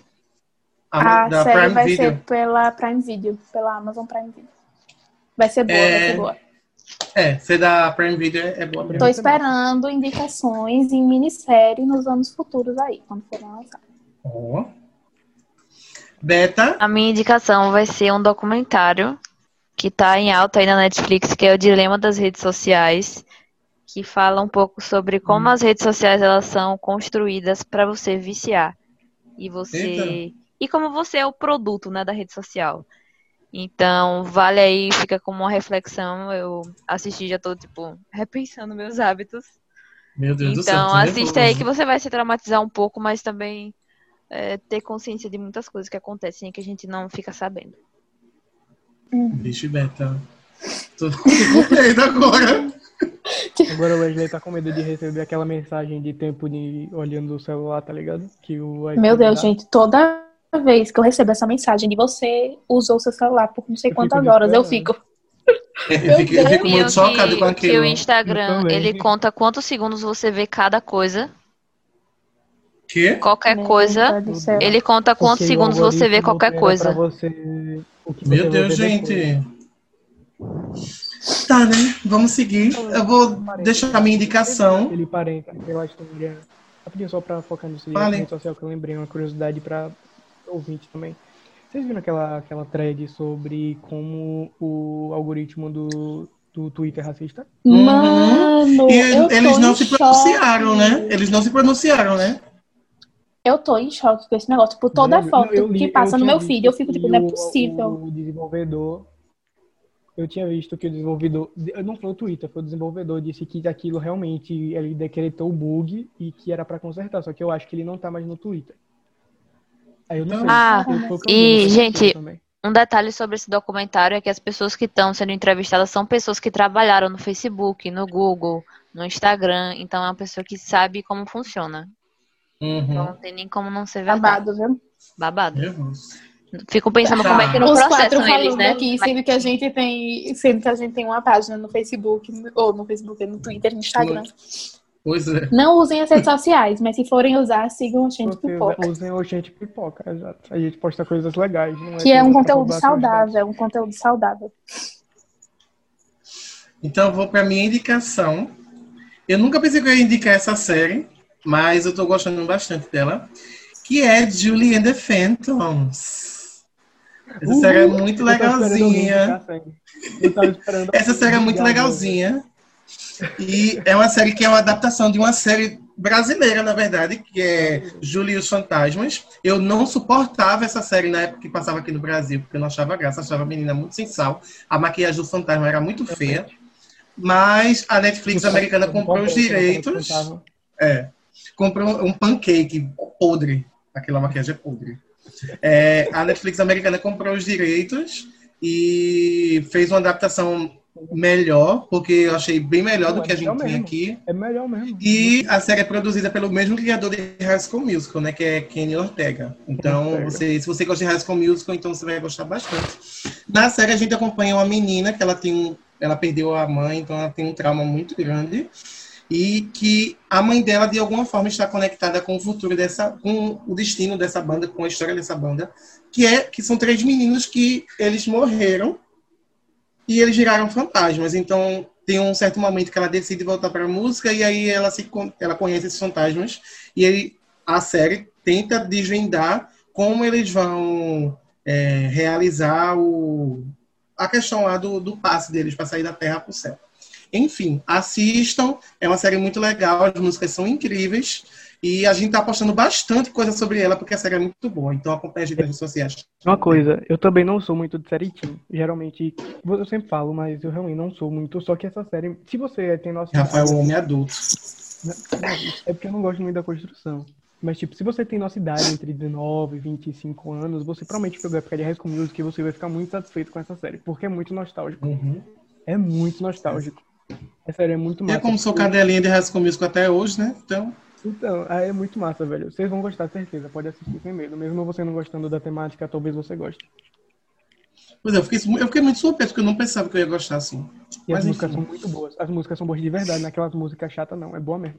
A,
Ah, da
série
Prime
vai
Video.
ser pela Prime Video, pela Amazon Prime Video. Vai ser boa, vai
É,
ser boa.
É, ser da Prime Video é é boa mesmo.
Tô esperando indicações em minissérie nos anos futuros aí, quando forem lançadas.
Ó. Beta.
A minha indicação vai ser um documentário que tá em alta aí na Netflix, que é o Dilema das Redes Sociais, que fala um pouco sobre como as redes sociais elas são construídas para você viciar e você e como você é o produto, né, da rede social. Então, vale aí, fica como uma reflexão. Eu assisti já tô tipo repensando meus hábitos.
Meu Deus do céu.
Então,
tô
assista aí
nervoso.
que você vai se traumatizar um pouco, mas também é, ter consciência de muitas coisas que acontecem e que a gente não fica sabendo.
Vixe, Beta. Tô surpreendida agora.
Agora o Wesley tá com medo de receber aquela mensagem de tempo de olhando o celular, tá ligado? Que o iPhone tá-
Meu Deus,
dá.
gente, toda vez que eu recebo essa mensagem de você usou seu celular por não sei
Eu
quantas
fico
horas, eu
desesperado.
fico.
Eu fico, eu fico
Viu
muito chocado
que,
com
que o
aquilo.
Eu
Instagram,
também.
ele conta quantos segundos você vê cada coisa.
Que?
Qualquer
Meu
coisa,
Deus do céu.
ele conta
Porque
quantos
o
segundos você vê
algoritmo
qualquer
treina
coisa.
pra você o que você
Meu
vai
Deus,
ver
gente.
depois.
Tá, né? Vamos seguir. Eu vou deixar a minha indicação.
Ele parenta pela história. Rapidinho, só pra focar nisso de
Fale.
rede social, que eu lembrei uma curiosidade pra ouvinte também. Vocês viram aquela, aquela thread sobre como o algoritmo do, do Twitter racista?
Uhum.
Mano,
E
eu tô
eles não
em
se
choque.
pronunciaram, né? Eles não se pronunciaram, né?
Eu tô em choque com esse negócio. Tipo, toda
Velho,
foto
não, eu li-
que
eu
passa no
tinha
meu feed, eu
visto
fico tipo,
que
não é
o-
possível.
O desenvolvedor. Eu tinha visto que o desenvolvedor. eu Não foi o Twitter, foi o desenvolvedor. Disse que aquilo realmente. Ele decretou o bug e que era pra consertar. Só que eu acho que ele não tá mais no Twitter. Aí eu um não sei.
Ah,
eu- foi o que eu
e,
li, eu não sei
gente,
se também.
Um detalhe sobre esse documentário é que as pessoas que estão sendo entrevistadas são pessoas que trabalharam no Facebook, no Google, no Instagram. Então, é uma pessoa que sabe como funciona. Então,
Uhum.
não tem nem como não ser verdade.
Babado, viu?
Babado.
Meu Deus.
Fico pensando
Tá.
como é que não
Os
processam
quatro
eles,
falando
né?
aqui, sendo que a gente tem, sendo que a gente tem uma página no Facebook, ou no Facebook, no Twitter, no Instagram.
Pois é.
Não usem as redes sociais, mas se forem usar, sigam a gente
Vocês
pipoca.
Usem o gente pipoca, exato. A gente posta coisas legais. Não é
Que é um
coisa pra
conteúdo
roubar seus dados.
saudável, um conteúdo saudável.
Então eu vou para minha indicação. Eu nunca pensei que eu ia indicar essa série, mas eu tô gostando bastante dela, que é Julie and the Phantoms. Essa série é
Uhul,
muito
eu tava esperando alguém
legalzinha.
indicar sangue. Eu tava esperando
Essa série é
alguém
muito
indicar, mano.
legalzinha. E é uma série que é uma adaptação de uma série brasileira, na verdade, que é Júlia e os Fantasmas. Eu não suportava essa série na época que passava aqui no Brasil, porque eu não achava graça, achava a menina muito sem sal. A maquiagem do fantasma era muito feia. Mas a Netflix americana comprou os direitos. É. Comprou um pancake podre. Aquela maquiagem é podre. É, a Netflix americana comprou os direitos e fez uma adaptação melhor, porque eu achei bem melhor do que a gente tinha aqui.
É melhor mesmo.
E a série é produzida pelo mesmo criador de High School Musical, né? Que é Kenny Ortega. Então,
Ortega.
você, se você gosta de High School Musical, então você vai gostar bastante. Na série, a gente acompanha uma menina que ela tem um- Ela perdeu a mãe, então ela tem um trauma muito grande. e que a mãe dela de alguma forma está conectada com o futuro dessa, com o destino dessa banda, com a história dessa banda, que é que são três meninos que eles morreram e eles viraram fantasmas. Então tem um certo momento que ela decide voltar para a música e aí ela se ela conhece esses fantasmas e ele, a série tenta desvendar como eles vão é, realizar o, a questão lá do, do passe deles para sair da Terra para o céu. Enfim, assistam. É uma série muito legal, as músicas são incríveis. E a gente está postando bastante coisa sobre ela, porque a série é muito boa. Então acompanha a gente nas redes sociais.
Uma coisa, eu também não sou muito de série teen. Geralmente, eu sempre falo, mas eu realmente não sou muito. Só que essa série, se você tem noção.
Rafael, o homem adulto.
É porque eu não gosto muito da construção. Mas, tipo, se você tem nossa idade, entre 19 e 25 anos, você provavelmente pegou a época de High School Music e você vai ficar muito satisfeito com essa série, porque é muito nostálgico.
Uhum.
É muito nostálgico. A série é muito massa.
Eu, como sou cadelinha de High School Music até hoje, né? Então...
Então, aí é muito massa, velho. Vocês vão gostar, certeza. Pode assistir sem medo. Mesmo você não gostando da temática, talvez você goste.
Pois é, eu fiquei, eu fiquei muito surpreso, porque eu não pensava que eu ia gostar assim.
E as Mas, músicas enfim. são muito boas. As músicas são boas de verdade, naquelas músicas chatas não. É boa mesmo.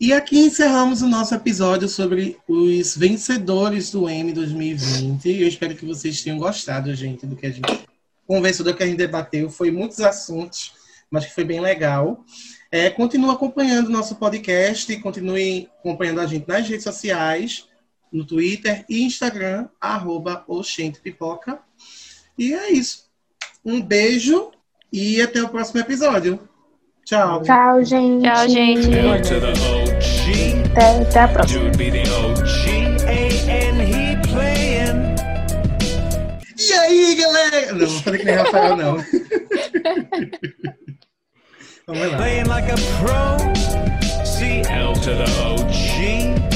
E aqui encerramos o nosso episódio sobre os vencedores do M 2020. Eu espero que vocês tenham gostado, gente, do que a gente conversou, do que a gente debateu. Foi muitos assuntos, mas que foi bem legal. É, continue acompanhando o nosso podcast e continue acompanhando a gente nas redes sociais, no Twitter e Instagram, arroba Pipoca. E é isso. Um beijo e até o próximo episódio. Tchau.
Tchau, gente.
Tchau, gente.
Até, até a próxima.
E aí, galera? Não, vou fazer que nem Rafael, não. Oh, Vamos lá. Playing like a pro, CL to the OG.